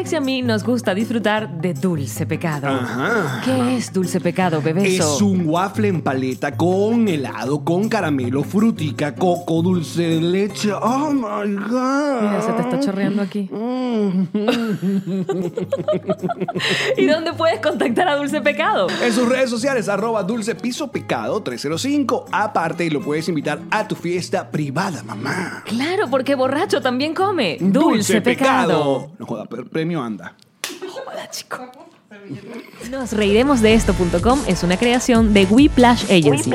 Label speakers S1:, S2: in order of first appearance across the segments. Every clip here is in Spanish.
S1: Alex y a mí nos gusta disfrutar de dulce pecado.
S2: Ajá.
S1: ¿Qué es dulce pecado, bebeso?
S2: Es un waffle en paleta con helado, con caramelo, frutica, coco, dulce de leche. Oh my God. Mm.
S1: Mira, se te está chorreando aquí. ¿Y dónde puedes contactar a Dulce Pecado?
S2: En sus redes sociales, arroba dulce piso pecado 305. Aparte, lo puedes invitar a tu fiesta privada, mamá.
S1: Claro, porque borracho también come. Dulce, pecado.
S2: No joda, pre- premio anda.
S1: Hola, chico. Nos reiremos de esto.com es una creación de Whiplash Agency.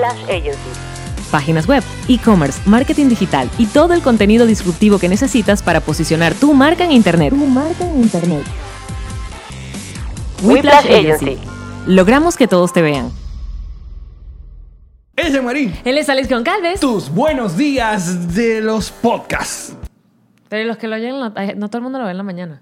S1: Páginas web, e-commerce, marketing digital y todo el contenido disruptivo que necesitas para posicionar tu marca en Internet. Tu marca en Internet. Whiplash Agency. Logramos que todos te vean.
S2: Ella Marín.
S1: Él es Alex Goncalves.
S2: Tus buenos días de los podcasts.
S1: Pero los que lo oyen, en la- eh, no todo el mundo lo ve en la mañana.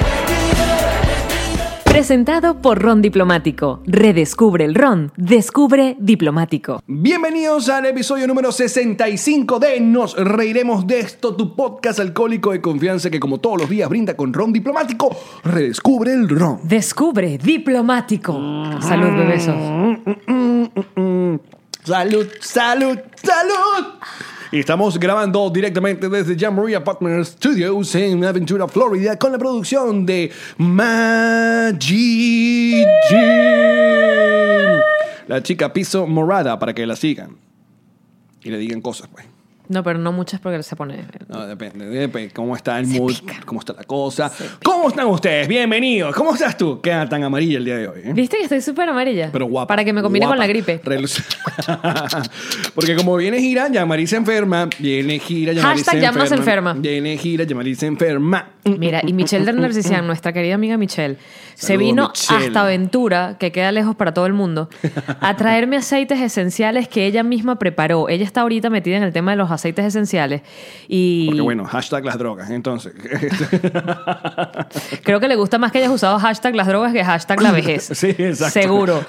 S1: Presentado por Ron Diplomático. Redescubre el Ron. Descubre Diplomático.
S2: Bienvenidos al episodio número 65 de Nos Reiremos de esto, tu podcast alcohólico de confianza que como todos los días brinda con ron diplomático, redescubre el ron.
S1: Descubre Diplomático. Salud, bebesos.
S2: Salud, salud, salud. Y estamos grabando directamente desde Jamboree Apartment Studios en Aventura, Florida, con la producción de Maggie Jim. La chica piso morada para que la sigan y le digan cosas, pues.
S1: No, pero no muchas porque se pone.
S2: No, depende, depende. ¿Cómo está el mood? ¿Cómo está la cosa? ¿Cómo están ustedes? Bienvenidos. ¿Cómo estás tú? Queda tan amarilla el día de hoy. ¿eh?
S1: Viste que estoy súper amarilla.
S2: Pero guapa.
S1: Para que me combine con
S2: guapa.
S1: la gripe.
S2: Reluc- Porque como viene gira, Yamari se enferma. Viene gira, Yamari se
S1: Hashtag
S2: enferma.
S1: Yamma se enferma.
S2: Viene gira, Yamari se enferma.
S1: Mira, y Michelle del Narcisian, nuestra querida amiga Michelle, se vino
S2: Michelle.
S1: hasta Ventura, que queda lejos para todo el mundo, a traerme aceites esenciales que ella misma preparó. Ella está ahorita metida en el tema de los aceites esenciales. Y
S2: Porque bueno, hashtag las drogas. Entonces,
S1: Creo que le gusta más que hayas usado hashtag las drogas que hashtag la vejez.
S2: Sí, exacto.
S1: Seguro.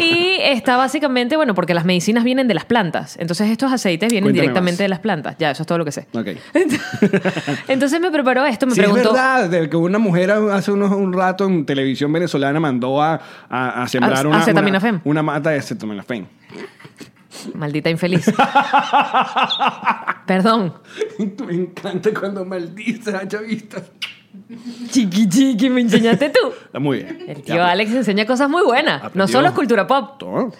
S1: Y está básicamente, bueno, porque las medicinas vienen de las plantas. Entonces estos aceites vienen
S2: Cuéntame
S1: directamente
S2: más.
S1: de las plantas. Ya, eso es todo lo que sé.
S2: ok.
S1: Entonces me preparó esto, me
S2: Sí, es
S1: preguntó.
S2: verdad de que una mujer hace unos, un rato en televisión venezolana mandó a, a, a sembrar
S1: A-
S2: una,
S1: acetaminofén.
S2: una, una mata de acetaminofén.
S1: Maldita infeliz. Perdón.
S2: Me encanta cuando maldices a chavistas.
S1: Chiqui, chiqui, me enseñaste tú.
S2: Está Ah, muy bien.
S1: El tío Alex enseña cosas muy buenas. No
S2: pues. Aprendió. Mm.
S1: solo es cultura pop.
S2: Todo.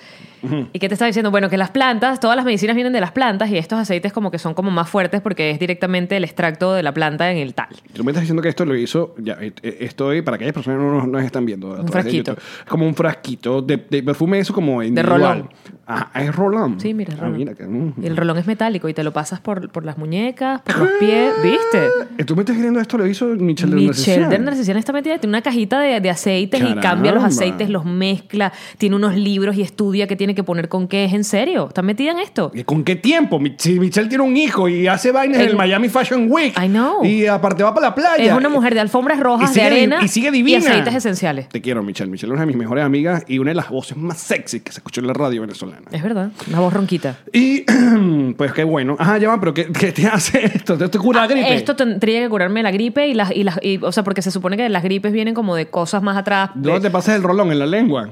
S1: ¿Y qué te estaba diciendo? Bueno, que las plantas, todas las medicinas vienen de las plantas y estos aceites como que son como más fuertes porque es directamente el extracto de la planta en el tal.
S2: Tú me estás diciendo que esto lo hizo, ya, eh, eh, esto eh, para aquellas personas que no nos- nos están viendo. a
S1: Un
S2: través de
S1: frasquito.
S2: YouTube, es como un frasquito de, de perfume, eso como
S1: Rolón.
S2: individual. Ah, es Rolón.
S1: Sí, mira,
S2: Ah,
S1: Rolón.
S2: mira que, mm.
S1: Y el rolón es metálico y te lo pasas por, por las muñecas, por los pies, ¿viste?
S2: Eh, ¿Tú me estás diciendo esto lo hizo Michelle de
S1: Michelle del Narcisian está metida, tiene una cajita de, de aceites y
S2: Caramba.
S1: cambia los aceites, los mezcla, tiene unos libros y estudia qué tiene que poner con qué, es en serio, está metida en esto.
S2: ¿Y ¿Con qué tiempo? Mi- Si Michelle tiene un hijo y hace vainas
S1: El-
S2: en el Miami Fashion Week.
S1: I know.
S2: Y aparte va para la playa.
S1: Es una mujer de alfombras rojas, de
S2: sigue div-
S1: arena
S2: y sigue divina.
S1: aceites esenciales.
S2: Te quiero, Michelle. Michelle es una de mis mejores amigas y una de las voces más sexy que se escuchó en la radio venezolana.
S1: Es verdad, una voz ronquita.
S2: Y pues qué bueno. Ajá, ya va, pero ¿qué, qué te hace esto? ¿Te, te cura la gripe?
S1: Ah, Esto tendría que curarme la gripe y las, y las y, o sea, porque se supone que las gripes vienen como de cosas más atrás. de-
S2: ¿Dónde te pasas el rolón? ¿En la lengua?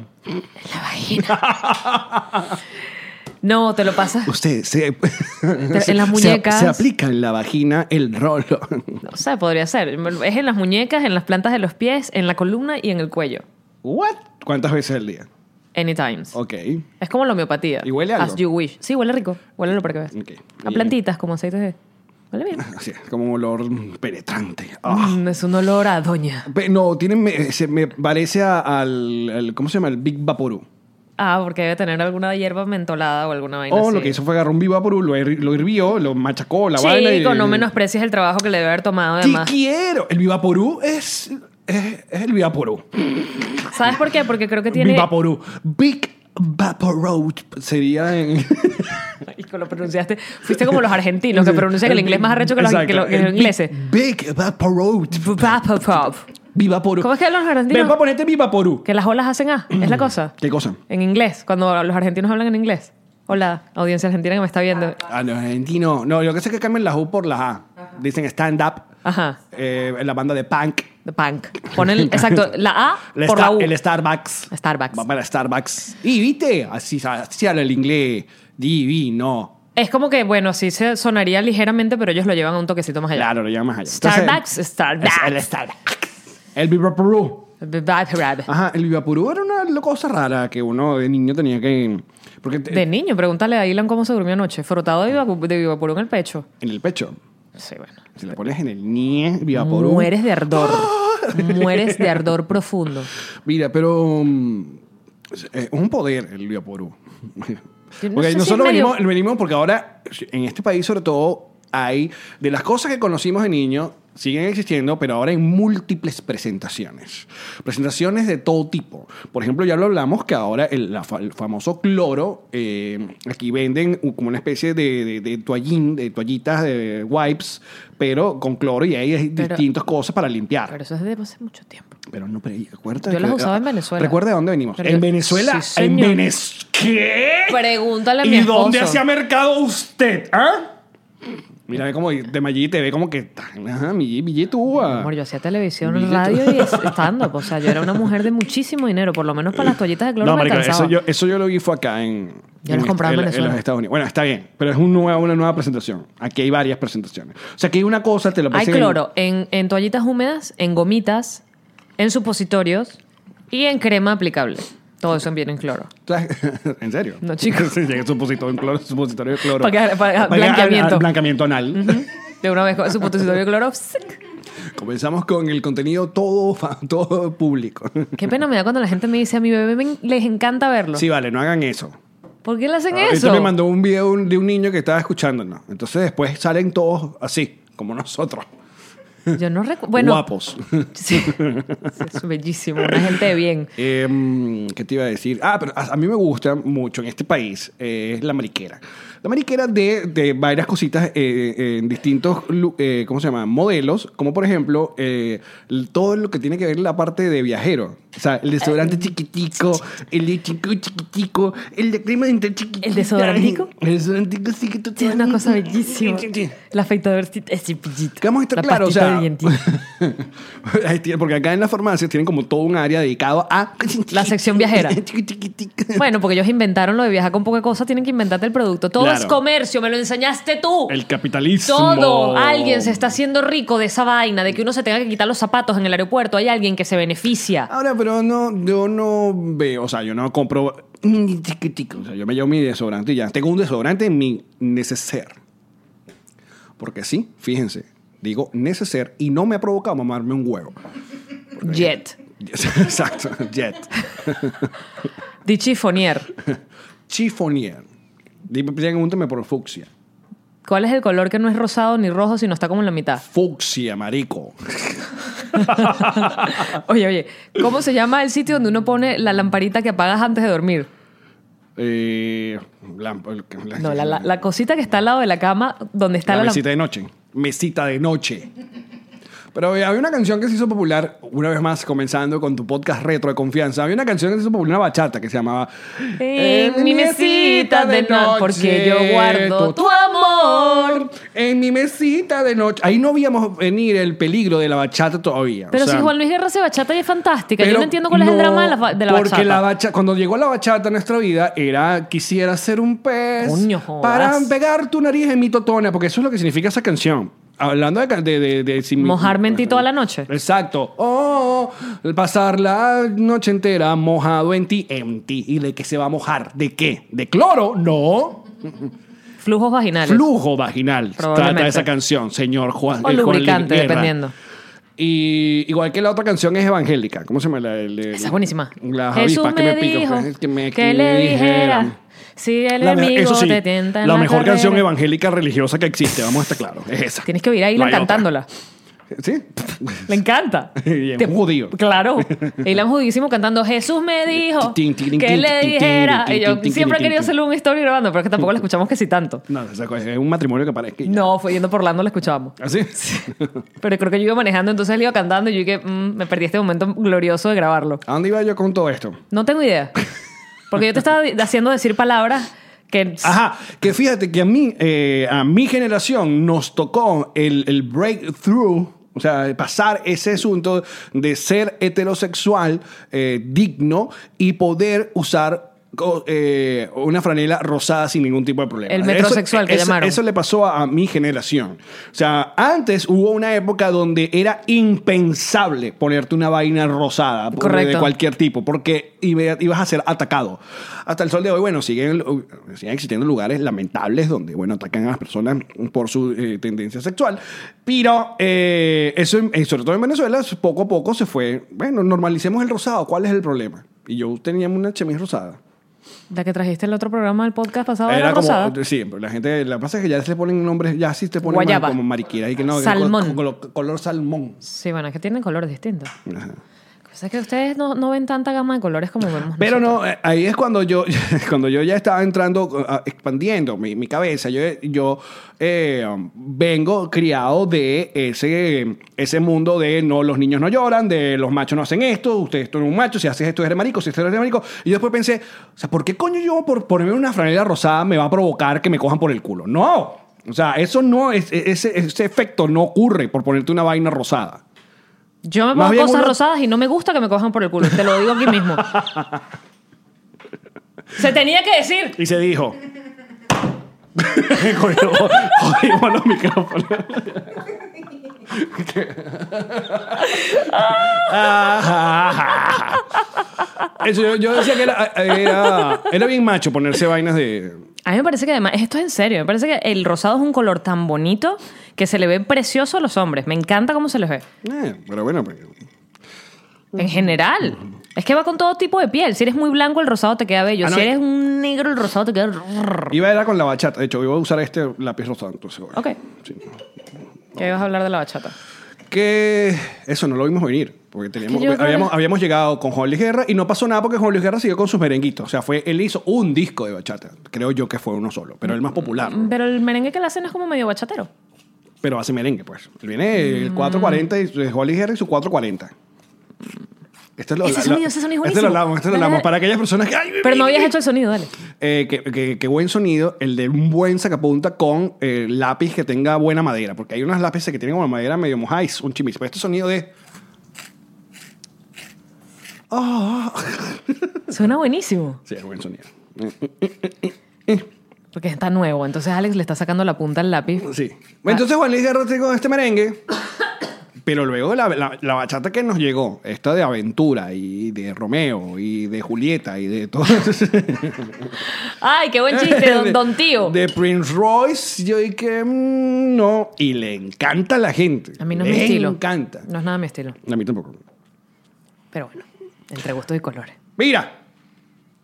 S1: No, te lo pasas.
S2: Usted se... se-
S1: en las
S2: se-
S1: muñecas.
S2: Se, aplica en la vagina el rolón.
S1: O sea, podría ser. Es en las muñecas, en las plantas de los pies, en la columna y en el cuello.
S2: ¿What? ¿Cuántas veces al día?
S1: Anytimes.
S2: Ok.
S1: Es como la homeopatía.
S2: ¿Y huele algo?
S1: As you wish. Sí, huele rico. Huélelo para que veas.
S2: Ok.
S1: A plantitas, como aceites de... Huele bien.
S2: Así es, como un olor penetrante. Ah.
S1: Mm, es un olor a doña.
S2: Pe- No, tiene, me, se me parece a- al, al- ¿Cómo se llama? El Big Vaporú.
S1: Ah, porque debe tener alguna hierba mentolada o alguna vaina.
S2: O
S1: así.
S2: Oh, lo que hizo fue agarrar un Big Vaporú, lo, hir- lo hirvió, lo machacó, la vaina. y-
S1: Chico, no menosprecies el trabajo que le debe haber tomado
S2: ¡Te
S1: además.
S2: quiero! El Big Vaporú es, es, es el Big Vaporú.
S1: ¿Sabes por qué? Porque creo que tiene.
S2: Big Vaporú. Big Vaporú sería en...
S1: Chico, lo pronunciaste. Fuiste como los argentinos que pronuncian el inglés más arrecho que los, que los- que los
S2: El Big-
S1: ingleses.
S2: Big Vaporú.
S1: Vapapop.
S2: Viva Porú.
S1: ¿Cómo es que hablan los argentinos?
S2: Ven para ponerte Viva Porú.
S1: Que las olas hacen A. Es la cosa.
S2: ¿Qué cosa?
S1: En inglés, cuando los argentinos hablan en inglés. Hola, audiencia argentina que me está viendo.
S2: A los argentinos. Ah, No, lo que sé es que cambian la U por la A. Dicen stand up.
S1: Ajá.
S2: eh, la banda de punk.
S1: The punk. Ponen, exacto, la A
S2: El,
S1: por
S2: sta-
S1: la U.
S2: el Starbucks.
S1: Starbucks.
S2: Va para Starbucks. Y viste, así, así habla el inglés. Divino.
S1: Es como que, bueno, sí se sonaría ligeramente, pero ellos lo llevan a un toquecito más allá.
S2: Claro, lo llamas allá. Entonces,
S1: Starbucks, Starbucks.
S2: es El Starbucks. El Viva Porú. Ajá, el Viva Porú era una cosa rara que uno de niño tenía que. Porque te-
S1: De niño, pregúntale a Ilan cómo se durmió anoche. Frotado de vivapu- de vivapurú en el pecho.
S2: en el pecho.
S1: Sí, bueno.
S2: Si le pones en el nie, Viva Porú.
S1: Mueres de ardor. Mueres de ardor profundo.
S2: Mira, pero mm, es eh, un poder el Viaporú.
S1: Yo no
S2: porque
S1: sé si
S2: nosotros
S1: es medio-
S2: venimos, venimos porque ahora en este país sobre todo hay de las cosas que conocimos de niño siguen existiendo, pero ahora en múltiples presentaciones. Presentaciones de todo tipo. Por ejemplo, ya lo hablamos que ahora el, la fa- el famoso cloro, eh, aquí venden u- como una especie de, de, de toallín, de toallitas, de wipes, pero con cloro y hay
S1: Pero-
S2: distintas cosas para limpiar.
S1: Pero eso es de hace mucho tiempo.
S2: Pero no, pero recuerda.
S1: Yo las
S2: que-
S1: usaba en Venezuela.
S2: Recuerda de dónde venimos.
S1: Pero
S2: en
S1: yo-
S2: Venezuela.
S1: Sí,
S2: en
S1: señor.
S2: Venezuela. ¿Qué?
S1: Pregúntale a
S2: ¿Y
S1: mi esposo.
S2: dónde hacía mercado usted? ¿Ah? Mira, ve como de Mayí te ve como que. Ajá, mi billetúa.
S1: Amor, yo hacía televisión,
S2: Billete.
S1: radio y stand-up. O sea, yo era una mujer de muchísimo dinero. Por lo menos para las toallitas de cloro
S2: No,
S1: me
S2: marica,
S1: alcanzaba.
S2: eso yo, eso yo lo vi fue acá en.
S1: Yo las compraba en Venezuela.
S2: los Estados Unidos. Bueno, está bien, pero es un nuevo- una nueva presentación. Aquí hay varias presentaciones. O sea, aquí hay una cosa, te lo
S1: Hay
S2: presentan en-
S1: cloro en, en toallitas húmedas, en gomitas, en supositorios y en crema aplicable. Todo eso viene en cloro.
S2: ¿En serio?
S1: No, chicos.
S2: Sí, sí, supositorio, un cloro, supositorio de cloro.
S1: Para que- para- blanqueamiento.
S2: Blanqueamiento anal.
S1: De una vez con su supositorio de cloro. ¡psic!
S2: Comenzamos con el contenido todo, fa- todo público.
S1: Qué pena me da cuando la gente me dice a mi bebé me- les encanta verlo.
S2: Sí, vale, no hagan eso.
S1: ¿Por qué le hacen
S2: Ahorita
S1: eso?
S2: me mandó un video un- de un niño que estaba escuchándonos. Entonces después salen todos así, como nosotros.
S1: Yo no recuerdo. Bueno,
S2: Guapos.
S1: Sí. Sí, es bellísimo. Una gente de bien.
S2: Em, ¿Qué te iba a decir? Ah, pero a, a mí me gusta mucho en este país eh, la mariquera. La mariquera de, de varias cositas eh, en distintos, lu- eh, ¿cómo se llama? Modelos, como por ejemplo eh, l- todo lo que tiene que ver la parte de viajero. O sea, el desodorante chiquitico, el de chico chiquitico, el de crema dental chiquitico.
S1: ¿El desodorantico?
S2: El desodorantico chiquito.
S1: Sí, es una cosa bellísima.
S2: Sí, sí, sí.
S1: La afeitadorcita es cepillito.
S2: Que vamos a estar
S1: La
S2: claros, o
S1: pastita
S2: sea,
S1: de dientito.
S2: ahí tiene- porque acá en las farmacias tienen como todo un área dedicado a
S1: La sección viajera. Bueno, porque ellos inventaron lo de viajar con poca cosa, tienen que inventarte el producto. Todo
S2: Claro.
S1: es comercio, me lo enseñaste tú.
S2: El capitalismo.
S1: Todo. Alguien se está haciendo rico de esa vaina, de que uno se tenga que quitar los zapatos en el aeropuerto. Hay alguien que se beneficia.
S2: Ahora, pero no, yo no veo, o sea, yo no compro ni chiquitico. O sea, yo me llevo mi desodorante y ya. Tengo un desodorante en mi neceser. Porque sí, fíjense, digo neceser y no me ha provocado mamarme un huevo.
S1: Jet.
S2: Exacto, jet.
S1: Di Chiffonier.
S2: Chiffonier. Dime, Pregúntame por fucsia.
S1: ¿Cuál es el color que no es rosado ni rojo, sino está como en la mitad?
S2: Fucsia, marico.
S1: Oye, oye, ¿cómo se llama el sitio donde uno pone la lamparita que apagas antes de dormir?
S2: Eh, la, la-
S1: No, la, la- la cosita que está al lado de la cama, donde está
S2: la
S1: la, lamparita.
S2: mesita de noche. Mesita de noche. Pero eh, había una canción que se hizo popular, una vez más, comenzando con tu podcast retro de confianza. Había una canción que se hizo popular, una bachata que se llamaba
S1: En mi mesita de noche, porque yo guardo tu amor.
S2: En mi mesita de noche. Ahí no víamos venir el peligro de la bachata todavía.
S1: Pero
S2: o sea,
S1: si Juan Luis Guerra hace bachata y es fantástica. Yo
S2: pero
S1: no entiendo cuál es el
S2: no,
S1: drama de la, fa- de la
S2: porque
S1: bachata.
S2: la bacha- cuando llegó la bachata a nuestra vida, era quisiera ser un pez
S1: Coño, jodas.
S2: para pegar tu nariz en mi totona, porque eso es lo que significa esa canción. Hablando de... ca- de, de, de- si mi-
S1: Mojarme en ti toda la noche.
S2: Exacto. Oh, oh, pasar la noche entera mojado en ti, en ti. ¿Y de qué se va a mojar? ¿De qué? ¿De cloro? No.
S1: Flujos vaginales.
S2: Flujo vaginal trata
S1: Probablemente.
S2: esa canción, señor Juan.
S1: o
S2: eh, Juan
S1: lubricante,
S2: Lin- Guerra.
S1: dependiendo.
S2: Y igual que la otra canción es evangélica. ¿Cómo se llama? La, el- el-
S1: Esa es buenísima.
S2: Las avispas que me, pican. pues, Que, me- que
S1: le
S2: dijeran.
S1: dijera si el
S2: La me-
S1: enemigo
S2: eso sí,
S1: te tienta en
S2: la
S1: la
S2: mejor
S1: carrera.
S2: canción evangélica religiosa que existe, vamos a estar claros, es esa.
S1: Tienes que oír a
S2: No
S1: Ilan
S2: hay otra.
S1: cantándola.
S2: ¿Sí?
S1: Le encanta.
S2: Y en judío.
S1: Claro. Ilan judísimo cantando Jesús me dijo
S2: Tin, tin, tin,
S1: que
S2: tin,
S1: le
S2: tin, tin,
S1: dijera.
S2: tin,
S1: Y
S2: tin,
S1: yo
S2: tin,
S1: siempre he
S2: tin,
S1: querido
S2: tin.
S1: hacerle un story grabando, pero es que tampoco la escuchamos que si tanto.
S2: No, esa cosa es un matrimonio que parece que...
S1: No, fue yendo por Lando la escuchábamos.
S2: ¿Así?
S1: Pero creo que yo iba manejando, entonces él iba cantando y yo dije, "Mm, me perdí este momento glorioso de grabarlo.
S2: ¿A dónde iba yo con todo esto?
S1: No tengo idea. Porque yo te estaba di- haciendo decir palabras que...
S2: Ajá, que fíjate que a mí, eh, a mi generación nos tocó el, el breakthrough, o sea, pasar ese asunto de ser heterosexual eh, digno y poder usar co- eh, una franela rosada sin ningún tipo de problema.
S1: El
S2: Eso-
S1: metrosexual que
S2: eso-
S1: llamaron.
S2: Eso le pasó a, a mi generación. O sea, antes hubo una época donde era impensable ponerte una vaina rosada por- de
S1: Correcto.
S2: cualquier tipo, porque iba- ibas a ser atacado. Hasta el sol de hoy, bueno, siguen, eh, siguen existiendo lugares lamentables donde, bueno, atacan a las personas por su eh, tendencia sexual, pero eh, eso, en- eh, sobre todo en Venezuela, poco a poco se fue, bueno, normalicemos el rosado, ¿cuál es el problema? Y yo tenía una chemis rosada.
S1: La que trajiste el otro programa del podcast pasado era,
S2: como, eh,
S1: rosada.
S2: sí, pero la gente, la pasa es que ya se le ponen nombres, ya sí te ponen mal,
S1: Guayaba.
S2: como mariquera y que no, que
S1: Salmón.
S2: col- col- color, salmón.
S1: Sí, bueno, es que tienen colores distintos.
S2: Ajá.
S1: O sea, que ustedes no, no ven tanta gama de colores como vemos
S2: Pero
S1: nosotros.
S2: no, eh, ahí es cuando yo, cuando yo ya estaba entrando, eh, expandiendo mi, mi cabeza. Yo, yo eh, um, vengo criado de ese, ese mundo de no, los niños no lloran, de los machos no hacen esto, ustedes tú eres un macho, si haces esto eres marico, si esto eres marico. Y yo después pensé, o sea, ¿por qué coño yo por ponerme una franela rosada me va a provocar que me cojan por el culo? No. O sea, eso no es, e-, ese, ese efecto no ocurre por ponerte una vaina rosada.
S1: Yo me
S2: Más
S1: pongo
S2: bien
S1: cosas
S2: uno-
S1: rosadas y no me gusta que me cojan por el culo. Te lo digo aquí mismo. Se tenía que decir.
S2: Y se dijo. Cogió- cogió los micrófonos. Eso, yo, yo decía que era, era, era bien macho ponerse vainas de.
S1: A mí me parece que además, esto es en serio, me parece que el rosado es un color tan bonito que se le ve precioso a los hombres. Me encanta cómo se les ve.
S2: Eh, pero bueno, pues,
S1: En general. Es que va con todo tipo de piel. Si eres muy blanco, el rosado te queda bello.
S2: Ah, no,
S1: si
S2: y-
S1: eres un negro, el rosado te queda...
S2: iba a ir con la bachata. De hecho, iba a usar este lápiz rosado. Entonces, bueno.
S1: Ok.
S2: Sí.
S1: ¿Qué vas a hablar de la bachata?
S2: que eso no lo vimos venir. Porque teníamos,
S1: yo creo
S2: habíamos,
S1: que-
S2: habíamos llegado con Juan Luis Guerra y no pasó nada porque Juan Luis Guerra siguió con sus merenguitos. O sea, fue, él hizo un disco de bachata. Creo yo que fue uno solo, pero el más popular. ¿no?
S1: Pero el merengue que le hacen es como medio bachatero.
S2: Pero hace merengue, pues. Él viene el 440 y su- Juan Luis Guerra y su 440. Este es lo,
S1: Ese
S2: la-
S1: sonido,
S2: la-
S1: ese sonido es
S2: Este
S1: buenísimo.
S2: lo hablamos, este lo
S1: Dale,
S2: hablamos.
S1: dale.
S2: Para aquellas personas que. ay,
S1: Pero no habías hecho el sonido, dale.
S2: eh, que, que- que buen sonido, el de un buen sacapunta con eh, lápiz que tenga buena madera. Porque hay unos lápices que tienen como madera medio mojada y es un chimis. Pero este sonido de. Ah.
S1: Suena buenísimo.
S2: Sí, es buen sonido.
S1: Porque está nuevo. Entonces Alex le está sacando la punta al lápiz.
S2: Sí. Bueno, Entonces Juan Luis Guerra con este merengue. Pero luego la, la, la bachata que nos llegó, esta de Aventura y de Romeo y de Julieta y de todo.
S1: ¡Ay, qué buen chiste, don, don tío!
S2: De Prince Royce, yo dije, mm, no. Y le encanta a la gente.
S1: A mí no es
S2: le
S1: mi estilo.
S2: encanta.
S1: No es nada mi estilo.
S2: A mí tampoco.
S1: Pero bueno, entre gustos y colores.
S2: Mira,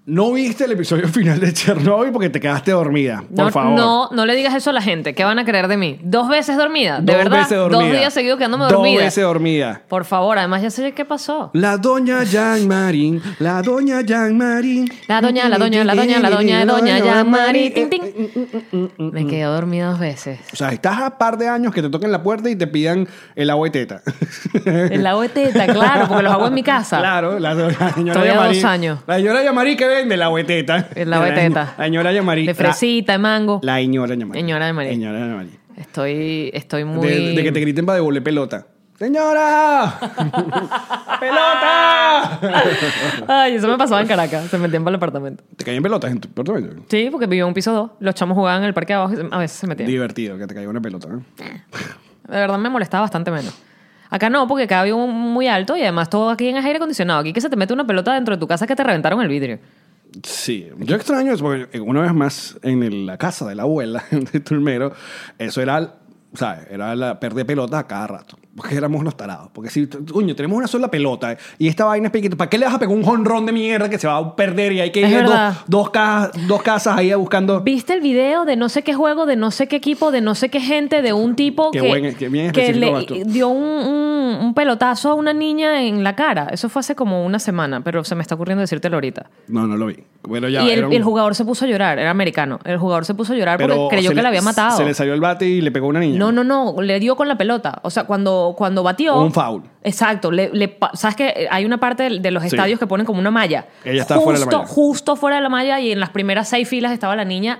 S2: no viste el episodio final de Chernobyl porque te quedaste dormida. Por
S1: no,
S2: favor.
S1: No, no le digas eso a la gente. ¿Qué van a creer de mí? Dos veces dormida. De
S2: Dos
S1: verdad.
S2: veces dormida.
S1: Dos días seguidos quedándome dormida.
S2: Dos veces dormida.
S1: Por favor, además ya sé qué pasó.
S2: La doña Jean Marín, la doña Jean Marín.
S1: La doña, la doña, la doña, la doña, doña, ya, Mari, tin, tin.
S2: Mm,
S1: Me quedé dormida dos veces.
S2: Eh, O sea, estás a par de años que te toquen la puerta y te pidan el agua y teta.
S1: El agua de teta, E claro, porque los hago en mi casa.
S2: Claro, la, do- la señora
S1: Todavía
S2: Yamari.
S1: dos años.
S2: La señora Yamari que vende la hueteta.
S1: El agua de teta.
S2: La señora Yamari.
S1: De fresita, de mango.
S2: La, la señora Yamari.
S1: Señora Yamari.
S2: Señora Yamari.
S1: Estoy, estoy muy...
S2: De, de que te griten para devolver pelota. ¡Señora! ¡Pelota!
S1: Ay, eso me pasaba en Caracas. Se metían para el apartamento.
S2: ¿Te caían pelotas en tu apartamento?
S1: Sí, porque vivía en un piso 2. Los chamos jugaban en el parque de abajo y se- a veces se metían.
S2: Divertido que te caiga una pelota. ¿no?
S1: De verdad me molestaba bastante menos. Acá no, porque acá había un muy alto y además todo aquí en es aire acondicionado. Aquí que se te mete una pelota dentro de tu casa que te reventaron el vidrio.
S2: Sí, yo extraño eso porque una vez más en el- la casa de la abuela de Turmero, eso era, ¿sabes? Era la perder pelota a cada rato. Porque éramos los tarados. Porque si, coño, tenemos una sola pelota y esta vaina es pequeñita, ¿para qué le vas a pegar un jonrón de mierda que se va a perder y hay que
S1: Es
S2: ir a dos,
S1: verdad.
S2: dos, ca- dos casas ahí buscando?
S1: ¿Viste el video de no sé qué juego, de no sé qué equipo, de no sé qué gente, de un tipo
S2: Qué
S1: que,
S2: buen- qué bien
S1: que
S2: específico
S1: le
S2: vas tú.
S1: dio un, un- un pelotazo a una niña en la cara? Eso fue hace como una semana, pero se me está ocurriendo decírtelo ahorita.
S2: No, no lo vi. Bueno, ya
S1: y el,
S2: era un-
S1: y el jugador se puso a llorar, era americano. El jugador se puso a llorar
S2: pero
S1: porque creyó
S2: se
S1: que
S2: le-
S1: la había matado.
S2: Se le salió el bate y le pegó a una niña.
S1: No, no, no, le dio con la pelota. O sea, cuando, cuando batió.
S2: Un foul.
S1: Exacto. Le, le pa- ¿Sabes que Hay una parte de, de los
S2: Sí.
S1: estadios que ponen como una malla.
S2: Ella estaba fuera de la
S1: Justo-
S2: malla.
S1: Justo fuera de la malla y en las primeras seis filas estaba la niña.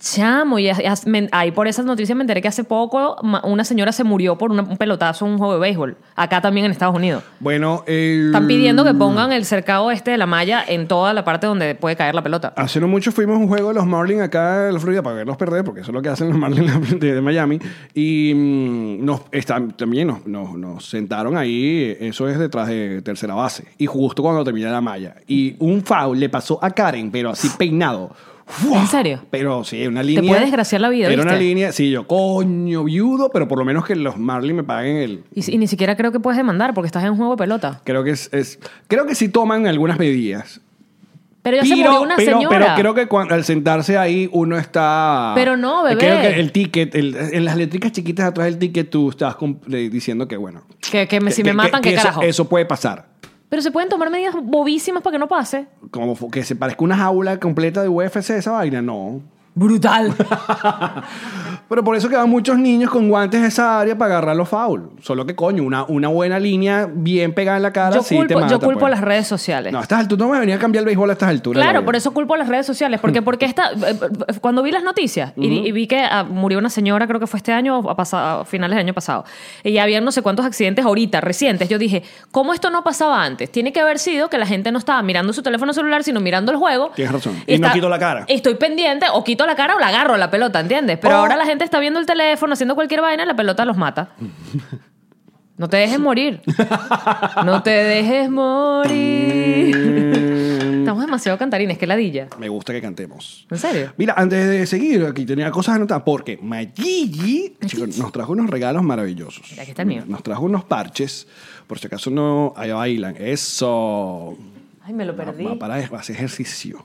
S1: Chamo, y as- as- me- ahí por esas noticias me enteré que hace poco ma- una señora se murió por una- un pelotazo en un juego de béisbol. Acá también en Estados Unidos.
S2: Bueno, eh,
S1: Están pidiendo que pongan el cercado este de la malla en toda la parte donde puede caer la pelota.
S2: Hace no mucho fuimos a un juego de los Marlins acá en la Florida para verlos perder, porque eso es lo que hacen los Marlins de, de Miami. Y mm, nos, está- también nos, nos- nos sentaron ahí, eso es detrás de tercera base, y justo cuando termina la malla. Y un foul le pasó a Karen, pero así peinado. ¡Fua!
S1: ¿En serio?
S2: Pero sí, una línea.
S1: puede desgraciar la vida,
S2: Era una
S1: ¿viste?
S2: línea, sí, yo, coño, viudo, pero por lo menos que los Marlins me paguen el.
S1: Y, y ni siquiera creo que puedes demandar porque estás en un juego de pelota.
S2: Creo que, es, es- creo que sí toman algunas medidas.
S1: Pero ya se murió una
S2: pero,
S1: señora.
S2: pero creo que cuando, al sentarse ahí uno está. Eh,
S1: Pero no, bebé.
S2: Creo que el ticket, el- en las letricas chiquitas atrás del ticket, tú estás comp- eh, diciendo que bueno.
S1: Que, que me- si
S2: que-
S1: me
S2: que-
S1: matan,
S2: que
S1: ¿qué
S2: eso,
S1: carajo?
S2: Eso puede pasar.
S1: Pero se pueden tomar medidas bobísimas para que no pase.
S2: Como fu- que se parezca una jaula completa de UFC esa vaina, no.
S1: Brutal.
S2: Pero por eso que van muchos niños con guantes de esa área para agarrar los fouls. Solo que coño, una, una buena línea bien pegada en la cara.
S1: yo
S2: sí te
S1: culpo,
S2: mata,
S1: yo culpo
S2: pues.
S1: a las redes sociales.
S2: No, a estas alturas no me venía a cambiar el béisbol a estas alturas.
S1: Claro,
S2: la
S1: por
S2: vida.
S1: eso culpo a las redes sociales.
S2: Hmm.
S1: Porque, porque esta, eh, eh, cuando vi las noticias y, y vi que ah, murió una señora, creo que fue este año, o a, pasa- a finales del año pasado, y había no sé cuántos accidentes ahorita, recientes, yo dije, ¿cómo esto no pasaba antes? Tiene que haber sido que la gente no estaba mirando su teléfono celular, sino mirando el juego.
S2: Tienes razón. Y no quito la cara. Oh.
S1: Estoy pendiente, o quito la cara o la agarro la pelota, ¿entiendes? Pero
S2: O-
S1: ahora la gente está viendo el teléfono, haciendo cualquier vaina, y la pelota los mata. No te dejes morir. No te dejes morir.
S2: Mm.
S1: Estamos demasiado cantarines, que ladilla.
S2: Me gusta que cantemos.
S1: ¿En serio?
S2: Mira, antes de seguir, aquí tenía cosas anotadas porque Mayigi chicos, nos trajo unos regalos maravillosos.
S1: Mira, aquí está el mío.
S2: Nos trajo unos parches, por si acaso no ahí bailan. Eso.
S1: Ay, me lo perdí.
S2: Va para hacer ejercicio.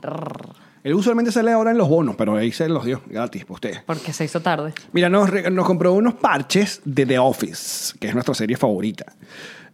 S2: Él usualmente sale ahora en los bonos, pero ahí se los dio gratis para ustedes.
S1: Porque se hizo tarde.
S2: Mira, nos, re- nos compró unos parches de The Office, que es nuestra serie favorita.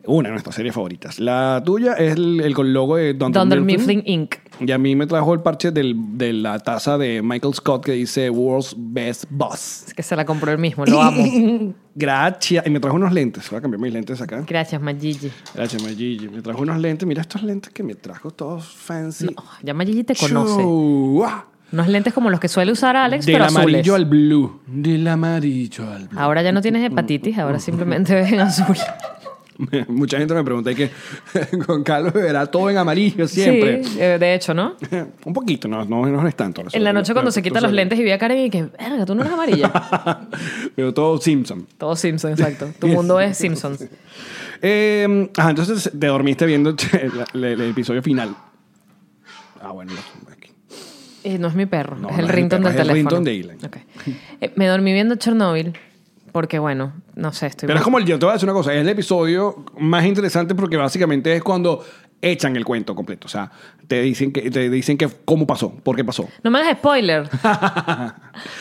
S2: Una de nuestras series favoritas. La tuya es el, el con logo de Don
S1: Dunder Mifflin Inc.
S2: y a mí me trajo el parche del- de la taza de Michael Scott que dice World's Best Boss.
S1: Es que se la compró él mismo, lo amo.
S2: Gracias. Y me trajo unos lentes. Voy a cambiar mis lentes acá.
S1: Gracias, Magigi.
S2: Gracias, Mayigi. Me trajo unos lentes. Mira estos lentes que me trajo todos fancy.
S1: Ya Magigi te conoce.
S2: Chua.
S1: Unos lentes como los que suele usar Alex,
S2: Del
S1: pero azules.
S2: amarillo al blue. Del amarillo al blue.
S1: Ahora ya no tienes hepatitis, ahora
S2: Mm.
S1: simplemente ves en azul.
S2: Mucha gente me pregunta que con Carlos verá todo en amarillo siempre.
S1: Sí, eh, de hecho, ¿no?
S2: Un poquito, no, no, no es tanto.
S1: En la noche cuando se quita los
S2: Entonces,
S1: lentes y ve a Karen y que, verga, tú no eres amarilla.
S2: Pero todo Simpson.
S1: Todo Simpson, exacto. Tu mundo es Simpsons.
S2: Eh, ajá, entonces te dormiste viendo el, el- el episodio final. Ah, bueno. lo- aquí.
S1: Eh, no es mi perro,
S2: No,
S1: es
S2: no
S1: el
S2: es mi
S1: ringtone
S2: perro,
S1: del
S2: es el
S1: teléfono.
S2: ringtone de Ilan.
S1: Ok. Eh, me dormí viendo Chernobyl porque, bueno, no sé, estoy...
S2: Pero es
S1: muy-
S2: como el, yo te voy a decir una cosa, es el episodio más interesante porque básicamente es cuando echan el cuento completo. O sea, te dicen que, te dicen que cómo pasó, por qué pasó.
S1: No me hagas spoiler.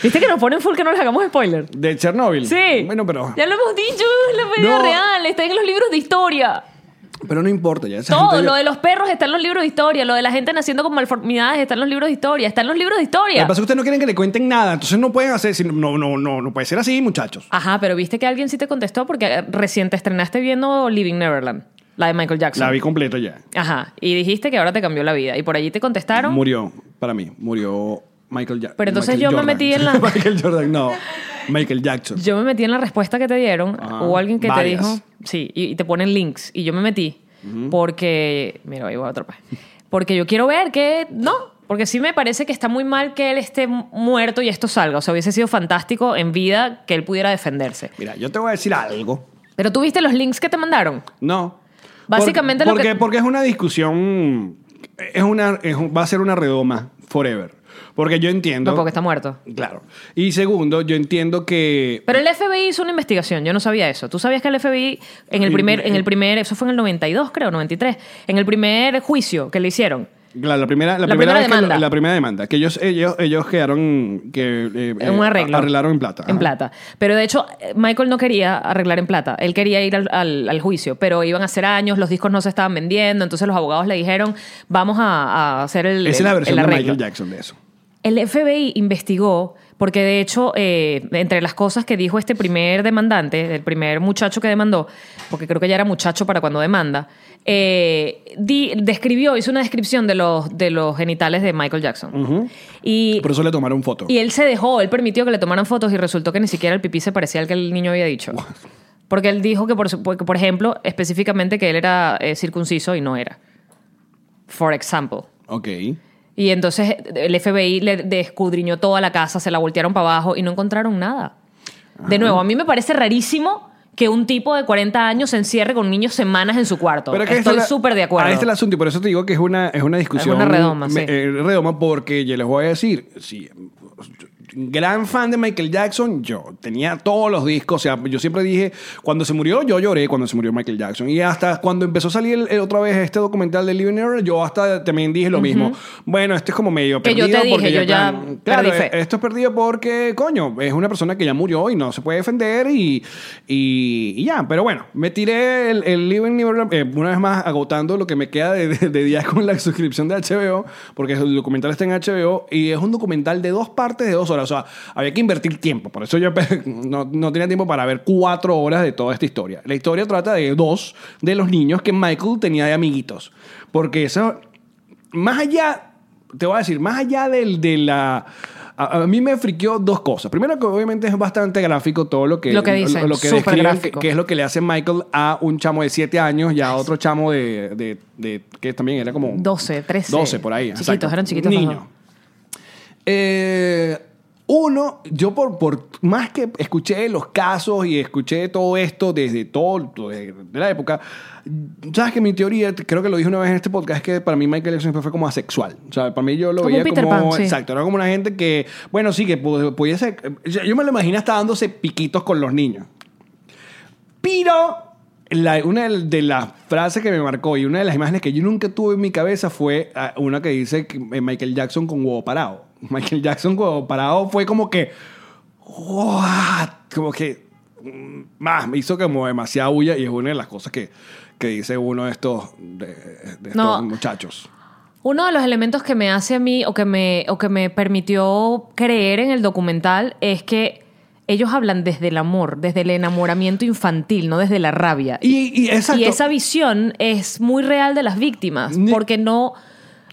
S1: ¿Viste que nos ponen full que no les hagamos spoiler?
S2: De Chernóbil.
S1: Sí.
S2: Bueno, pero,
S1: Ya lo hemos dicho, es la vida
S2: No.
S1: real, está en los libros de historia.
S2: pero no importa. Ya esa
S1: Todo,
S2: gente-
S1: lo de los perros está en los libros de historia, lo de la gente naciendo con malformidades está en los libros de historia, está en los libros de
S2: Lo que
S1: historia.
S2: pasa es que ustedes no quieren que le cuenten nada, entonces no pueden hacer, si- no, no, no, no puede ser así, muchachos.
S1: Ajá, pero viste que alguien sí te contestó porque eh, recién te estrenaste viendo Living Neverland, la de Michael Jackson.
S2: La vi completa ya.
S1: Ajá, y dijiste que ahora te cambió la vida. Y por allí te contestaron.
S2: Murió, para mí, murió Michael Jackson.
S1: Pero entonces yo me metí en la-
S2: Michael Jordan, no. Michael Jackson.
S1: Yo me metí en la respuesta que te dieron.
S2: Ajá,
S1: Hubo alguien que
S2: Ah, varias.
S1: te dijo. Sí, y, y te ponen links. Y yo me metí. Porque. Mira, ahí voy otra vez. Porque yo quiero ver que. No. Porque sí me parece que está muy mal que él esté mu- muerto y esto salga. O sea, hubiese sido fantástico en vida que él pudiera defenderse.
S2: Mira, yo te voy a decir algo.
S1: Pero tú viste los links que te mandaron.
S2: No.
S1: Básicamente
S2: Por-
S1: lo
S2: porque,
S1: que-
S2: Porque es una discusión es una, es un- va a ser una redoma forever. Porque yo entiendo.
S1: No, porque está muerto.
S2: Claro. Y segundo, yo entiendo que.
S1: Pero el FBI hizo una investigación, yo no sabía eso. Tú sabías que el FBI en el
S2: Y-
S1: primer en el primer eso fue en el 92, creo, 93, en el primer juicio que le hicieron.
S2: La, la primera,
S1: La
S2: la primera,
S1: primera
S2: vez que
S1: demanda.
S2: lo- la primera demanda. Que ellos, ellos, ellos quedaron. Que, eh,
S1: En un
S2: eh,
S1: arreglo.
S2: Arreglaron en plata.
S1: En
S2: Ajá.
S1: plata. Pero de hecho, eh, Michael no quería arreglar en plata. Él quería ir al, al- al juicio, pero iban a hacer años, los discos no se estaban vendiendo, entonces los abogados le dijeron, vamos a, a hacer el.
S2: Esa es
S1: el-
S2: la versión
S1: el
S2: de
S1: arreglo".
S2: Michael Jackson de eso.
S1: El FBI investigó, porque de hecho, eh, entre las cosas que dijo este primer demandante, el primer muchacho que demandó, porque creo que ya era muchacho para cuando demanda, eh, di- describió, hizo una descripción de los, de los genitales de Michael Jackson. Y
S2: Por eso le tomaron foto.
S1: y él se dejó, él permitió que le tomaran fotos y resultó que ni siquiera el pipí se parecía al que el niño había dicho. Porque él dijo que, por, su- porque, por ejemplo, específicamente que él era eh, circunciso y no era. For example.
S2: Ok.
S1: Y entonces el FBI le descudriñó toda la casa, se la voltearon para abajo y no encontraron nada.
S2: Ah.
S1: De nuevo, a mí me parece rarísimo que un tipo de 40 años se encierre con niños semanas en su cuarto.
S2: Pero es que este
S1: Estoy
S2: la-
S1: súper de acuerdo.
S2: Ahí está el asunto y por eso te digo que es una, es una discusión.
S1: una redoma, sí.
S2: eh, redoma porque yo les voy a decir, sí, gran fan de Michael Jackson, yo tenía todos los discos. O sea, yo siempre dije, cuando se murió, yo lloré cuando se murió Michael Jackson. Y hasta cuando empezó a salir el- el otra vez este documental de Living Error, yo hasta también dije lo mismo. Bueno, este es como medio
S1: Que yo
S2: perdido.
S1: te dije,
S2: porque
S1: yo ya
S2: claro, Claro,
S1: perdí fe.
S2: eh, esto es perdido porque, coño, es una persona que ya murió y no se puede defender y, y, y ya. Pero bueno, me tiré el, el Living Neverland, eh, una vez más agotando lo que me queda de, de, de días con la suscripción de HBO, porque el documental está en HBO y es un documental de dos partes de dos horas. O sea, había que invertir tiempo. Por eso yo pe- no, no tenía tiempo para ver cuatro horas de toda esta historia. La historia trata de dos de los niños que Michael tenía de amiguitos. Porque eso más allá, te voy a decir, más allá del, de la... A, a mí me friqueó dos cosas. Primero que obviamente es bastante gráfico todo lo que...
S1: Lo que dicen, súper
S2: describen,
S1: gráfico.
S2: Que, que es lo que le hace Michael a un chamo de 7 años y a otro chamo de, de- de- que también era como...
S1: 12, 13.
S2: 12 por ahí.
S1: Chiquitos,
S2: exacto.
S1: eran chiquitos los dos.
S2: Niño. Eh, uno, yo por, por más que escuché los casos y escuché todo esto desde todo, desde de la época, sabes que mi teoría, creo que lo dije una vez en este podcast, es que para mí Michael Jackson siempre fue como asexual. O sea, para mí yo lo
S1: Como
S2: veía
S1: Peter
S2: como...
S1: Pan, sí.
S2: Exacto, era como una gente que, bueno, sí, que pu- pudiese... Yo yo me lo imagino hasta dándose piquitos con los niños. Pero la- una de- de las frases que me marcó y una de las imágenes que yo nunca tuve en mi cabeza fue ah, una que dice que, eh, Michael Jackson con huevo parado. Michael Jackson con huevo parado fue como que. "What?", Como que. mm, Más, me hizo como demasiada bulla y es una de las cosas que, que dice uno de estos, de, de estos
S1: No.
S2: muchachos.
S1: Uno de los elementos que me hace a mí o que me, o que me permitió creer en el documental es que ellos hablan desde el amor, desde el enamoramiento infantil, no desde la rabia.
S2: Y, y, exacto.
S1: Y esa visión es muy real de las víctimas,
S2: Ni-
S1: porque no...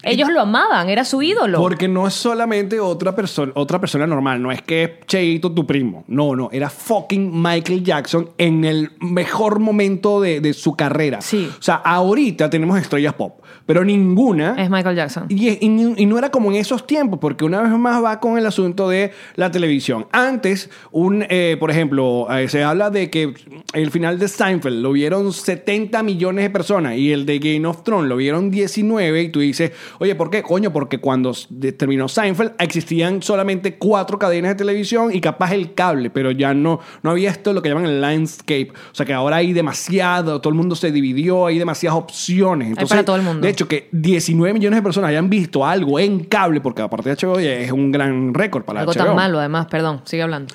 S1: Ellos lo amaban, era su ídolo.
S2: Porque no es solamente otra persona, otra persona normal, no es que es Cheito tu primo. No, no, era fucking Michael Jackson en el mejor momento de, de su carrera.
S1: Sí.
S2: O sea, ahorita tenemos estrellas pop, pero ninguna
S1: Es Michael Jackson.
S2: y, y ni- y no era como en esos tiempos, porque una vez más va con el asunto de la televisión. Antes, un, eh, por ejemplo, eh, se habla de que el final de Seinfeld lo vieron 70 millones de personas y el de Game of Thrones lo vieron 19 y tú dices, oye, ¿por qué coño? Porque cuando s- de- terminó Seinfeld existían solamente cuatro cadenas de televisión y capaz el cable, pero ya no, no había esto lo que llaman el landscape. O sea que ahora hay demasiado, todo el mundo se dividió, hay demasiadas opciones. Entonces,
S1: para todo el mundo.
S2: De hecho, que 19 millones de personas hayan visto algo en cable, porque aparte de HBO ya es un gran récord para
S1: Algo
S2: HBO.
S1: tan malo, además, perdón, sigue hablando.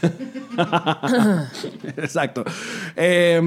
S2: Exacto. Eh,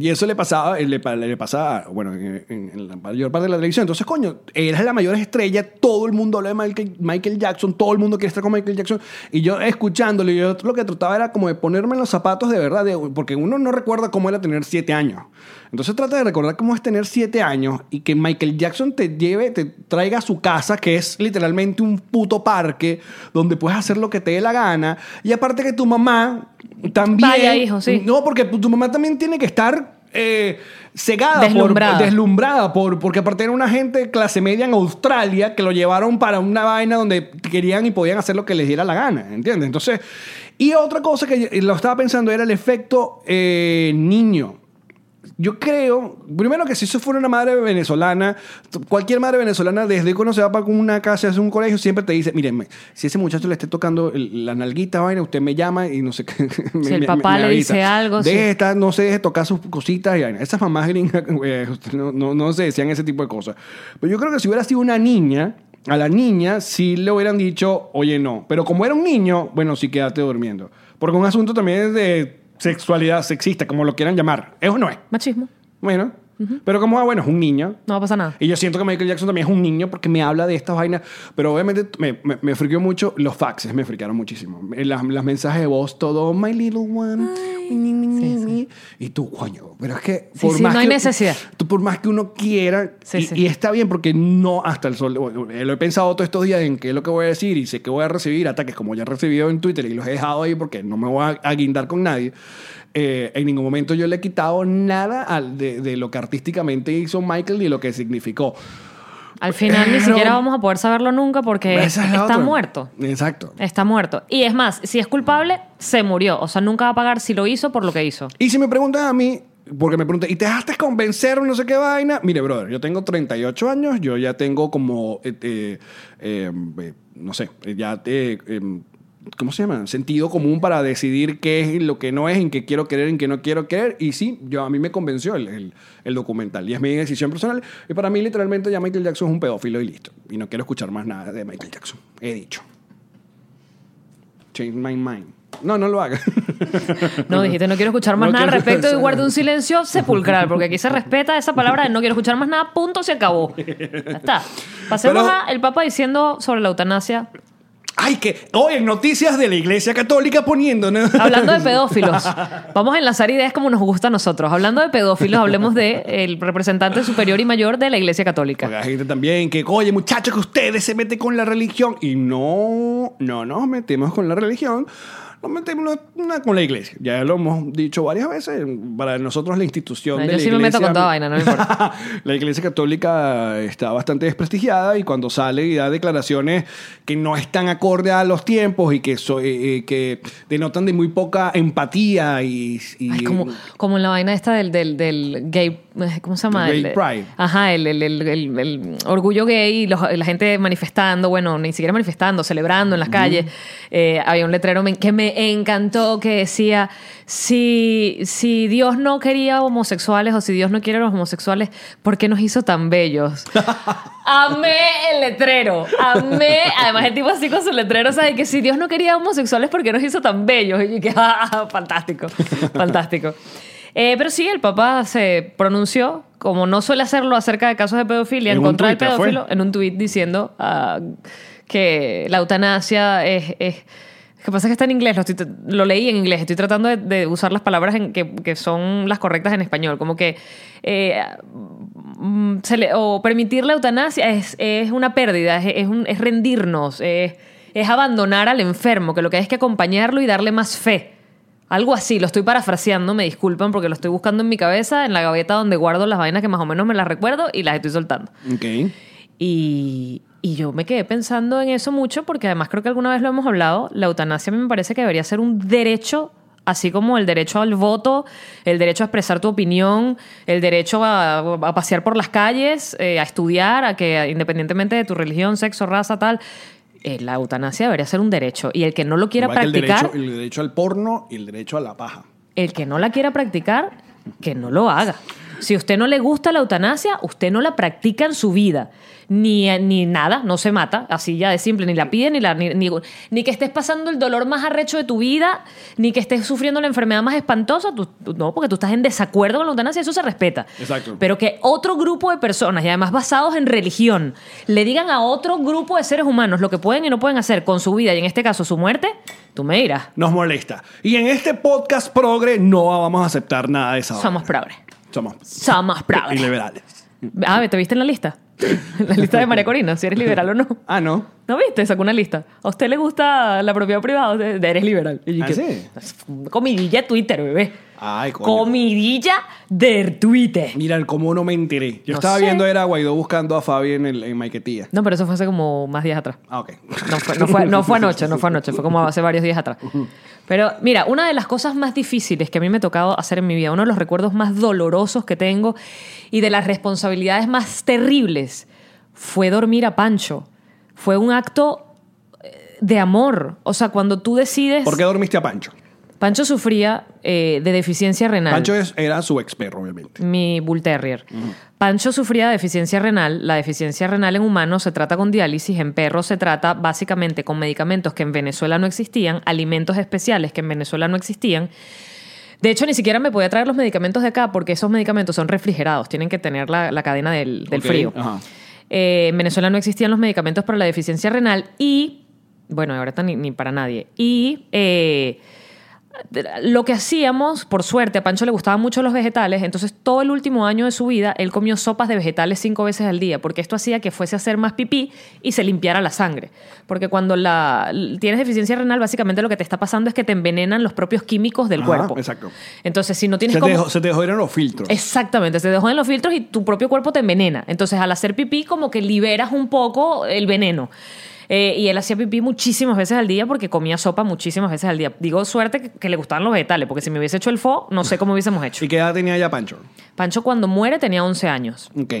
S2: y eso le pasaba, le, pa- le pasaba, bueno, en, en- en la mayor parte de la televisión. Entonces, coño, eras la mayor estrella, todo el mundo habla de Michael, Michael Jackson, todo el mundo quiere estar con Michael Jackson. Y yo escuchándolo, yo lo que trataba era como de ponerme en los zapatos de verdad, de- porque uno no recuerda cómo era tener siete años. Entonces trata de recordar cómo es tener siete años y que Michael Jackson te lleve, te traiga a su casa, que es literalmente un puto parque donde puedes hacer lo que te dé la gana. Y aparte que tu mamá también...
S1: Vaya, hijo, sí.
S2: No, porque tu mamá también tiene que estar eh, cegada,
S1: Deslumbrada.
S2: Por, deslumbrada por, porque aparte era una gente clase media en Australia que lo llevaron para una vaina donde querían y podían hacer lo que les diera la gana, ¿entiendes? Entonces, y otra cosa que yo- lo estaba pensando era el efecto eh, niño Yo creo, primero que si eso fuera una madre venezolana, t- cualquier madre venezolana, desde que uno se va para una casa, hace un colegio, siempre te dice, miren, si ese muchacho le esté tocando el- la nalguita, vaina, usted me llama y no sé qué. me-
S1: el
S2: me-
S1: papá le
S2: me
S1: dice
S2: avisa.
S1: algo,
S2: Deje
S1: sí.
S2: de estar, no se deje tocar sus cositas y vaina. Esas mamás gringas eh, no, no, no se decían ese tipo de cosas. Pero yo creo que si hubiera sido una niña, a la niña sí le hubieran dicho, oye, no. Pero como era un niño, bueno, sí quédate durmiendo. Porque un asunto también de sexualidad sexista, como lo quieran llamar. ¿Es o no es?
S1: Machismo.
S2: Bueno. Pero como, ah, bueno, es un niño.
S1: No va a pasar nada.
S2: Y yo siento que Michael Jackson también es un niño porque me habla de estas vainas. Pero obviamente me, me, me friqueó mucho. Los faxes me friquearon muchísimo. Eh, Las, las mensajes de voz, todo. My little one. ni, ni, ni, ni". Y tú, coño. Pero es que.
S1: Sí, sí, no hay necesidad.
S2: Tú, por más que uno quiera.
S1: Sí,
S2: y,
S1: sí.
S2: y está bien porque no hasta el sol. bueno, eh, Lo he pensado todos estos días en qué es lo que voy a decir y sé que voy a recibir ataques como ya he recibido en Twitter y los he dejado ahí porque no me voy a, a guindar con nadie. Eh, en ningún momento yo le he quitado nada al- de, de lo que artísticamente hizo Michael y lo que significó.
S1: Al final ni
S2: Pero-
S1: siquiera vamos a poder saberlo nunca porque
S2: Esa es la
S1: Eh, está
S2: otra.
S1: muerto.
S2: Exacto.
S1: Está muerto. Y es más, si es culpable, se murió. O sea, nunca va a pagar si lo hizo por lo que hizo.
S2: Y si me preguntan a mí, porque me preguntan, ¿y te dejaste convencer o no sé qué vaina? Mire, brother, yo tengo 38 años, yo ya tengo como, eh, eh, eh, eh, no sé, eh, ya eh, eh, ¿Cómo se llama? Sentido común para decidir qué es y lo que no es, en qué quiero creer, en qué no quiero creer. Y sí, yo, a mí me convenció el, el- el documental. Y es mi decisión personal. Y para mí, literalmente, ya Michael Jackson es un pedófilo y listo. Y no quiero escuchar más nada de Michael Jackson. He dicho. Change my mind. No, no lo haga.
S1: No, dijiste, no quiero escuchar más
S2: No
S1: nada al
S2: quiero
S1: respecto y
S2: escuchar-
S1: guarde un silencio sepulcral, porque aquí se respeta esa palabra de no quiero escuchar más nada, punto, se acabó. Ya está. Pasemos
S2: Pero-
S1: a el Papa diciendo sobre la eutanasia,
S2: Ay, que hoy en noticias de la Iglesia Católica poniéndonos.
S1: hablando de pedófilos. Vamos a enlazar ideas como nos gusta a nosotros. Hablando de pedófilos, hablemos de el representante superior y mayor de la Iglesia Católica.
S2: Porque hay gente también que, oye, muchachos, que ustedes se meten con la religión. Y no, no nos metemos con la religión, nos metemos na- con la iglesia. Ya lo hemos dicho varias veces. Para nosotros, la institución
S1: No,
S2: de
S1: yo
S2: la
S1: sí me meto
S2: iglesia-
S1: con toda vaina, no me importa.
S2: la iglesia católica está bastante desprestigiada y cuando sale y da declaraciones que no están acorde a los tiempos y que, so- eh, eh, que denotan de muy poca empatía y. y-
S1: Ay, como, como en la vaina esta del, del, del gay, eh, ¿cómo se llama?
S2: Gay
S1: El-
S2: pride.
S1: Ajá, el, el- el- el- el orgullo gay y los- la gente manifestando, bueno, ni siquiera manifestando, celebrando en las calles. Eh, había un letrero men- que me encantó que decía, si, si Dios no quería homosexuales o si Dios no quiere a los homosexuales, ¿por qué nos hizo tan bellos? Amé el letrero, amé. Además, el tipo así con su letrero, ¿sabes? Que si Dios no quería homosexuales, ¿por qué nos hizo tan bellos? Y yo que, ah, fantástico, fantástico. Eh, pero sí, el papá se pronunció, como no suele hacerlo acerca de casos de pedofilia,
S2: En
S1: en
S2: un
S1: contra del
S2: tuit, ¿fue?
S1: pedófilo, en un tuit diciendo ah, que la eutanasia es. es lo que pasa es que está en inglés, lo, estoy tra- lo leí en inglés, estoy tratando de, de usar las palabras en que, que son las correctas en español, como que eh, mm, se le- o permitir la eutanasia es, es una pérdida, es, es un- es rendirnos, es, es abandonar al enfermo, que lo que hay es que acompañarlo y darle más fe. Algo así, lo estoy parafraseando, me disculpan porque lo estoy buscando en mi cabeza, en la gaveta donde guardo las vainas que más o menos me las recuerdo y las estoy soltando.
S2: Ok.
S1: Y, y yo me quedé pensando en eso mucho porque además creo que alguna vez lo hemos hablado, la eutanasia a mí me parece que debería ser un derecho, así como el derecho al voto, el derecho a expresar tu opinión, el derecho a, a pasear por las calles, eh, a estudiar, a que independientemente de tu religión, sexo, raza, tal. eh, La eutanasia debería ser un derecho y el que no lo quiera
S2: Igual que
S1: practicar,
S2: El derecho, el derecho al porno y el derecho a la paja.
S1: el que no la quiera practicar, que no lo haga. Si a usted no le gusta la eutanasia, usted no la practica en su vida. Ni, ni nada, no se mata, así ya de simple, ni la pide, ni, la, ni, ni- ni que estés pasando el dolor más arrecho de tu vida, ni que estés sufriendo la enfermedad más espantosa, tú- tú- no, porque tú estás en desacuerdo con la eutanasia, eso se respeta.
S2: Exacto.
S1: Pero que otro grupo de personas, y además basados en religión, le digan a otro grupo de seres humanos lo que pueden y no pueden hacer con su vida, y en este caso su muerte, tú me dirás,
S2: Nos molesta. Y en este podcast progre no vamos a aceptar nada de esa
S1: somos
S2: vaina.
S1: pobres.
S2: Somos
S1: Somos progres.
S2: liberales.
S1: Ah, ¿te viste en la lista? En la lista de María Corina, si eres liberal o no.
S2: Ah, no.
S1: ¿No viste? Sacó una lista. ¿A usted le gusta la propiedad privada? Usted- Eres liberal. Y yo
S2: ¿Ah,
S1: que-
S2: sí?
S1: Comidilla de Twitter, bebé.
S2: Ay, coño.
S1: Comidilla de Twitter.
S2: Mira, cómo no me enteré.
S1: No
S2: Yo estaba
S1: sé.
S2: viendo era a Guaidó buscando a Fabi en, el, en Maiquetía.
S1: No, pero eso fue hace como más días atrás.
S2: Ah, ok.
S1: No fue, no, fue, no fue anoche, no fue anoche, fue como hace varios días atrás. Pero mira, una de las cosas más difíciles que a mí me ha tocado hacer en mi vida, uno de los recuerdos más dolorosos que tengo y de las responsabilidades más terribles fue dormir a Pancho. Fue un acto eh, de amor. O sea, cuando tú decides...
S2: ¿Por qué dormiste a Pancho?
S1: Pancho sufría eh, de deficiencia renal.
S2: Pancho es- era su ex perro, obviamente.
S1: Mi Bull Terrier. Pancho sufría de deficiencia renal. La deficiencia renal en humanos se trata con diálisis, en perros se trata básicamente con medicamentos que en Venezuela no existían, alimentos especiales que en Venezuela no existían. De hecho, ni siquiera me podía traer los medicamentos de acá porque esos medicamentos son refrigerados, tienen que tener la, la cadena del, del
S2: Ok,
S1: frío.
S2: ajá.
S1: Eh, en Venezuela no existían los medicamentos para la deficiencia renal y, bueno, ahora ni, ni para nadie. Y eh, lo que hacíamos, por suerte, a Pancho le gustaban mucho los vegetales, entonces todo el último año de su vida él comió sopas de vegetales cinco veces al día, porque esto hacía que fuese a hacer más pipí y se limpiara la sangre. Porque cuando la, l- tienes deficiencia renal, básicamente lo que te está pasando es que te envenenan los propios químicos del
S2: Ajá,
S1: cuerpo.
S2: exacto.
S1: Entonces, si no tienes
S2: Se te,
S1: cómo-
S2: dejó- se te jodieron los filtros.
S1: Exactamente, se te joden los filtros y tu propio cuerpo te envenena. Entonces, al hacer pipí, como que liberas un poco el veneno. Eh, y él hacía pipí muchísimas veces al día porque comía sopa muchísimas veces al día. Digo, suerte que, que le gustaban los vegetales, porque si me hubiese hecho el fo, no sé cómo hubiésemos hecho.
S2: ¿Y qué edad tenía ya Pancho?
S1: Pancho, cuando muere, tenía 11 años,
S2: Ok.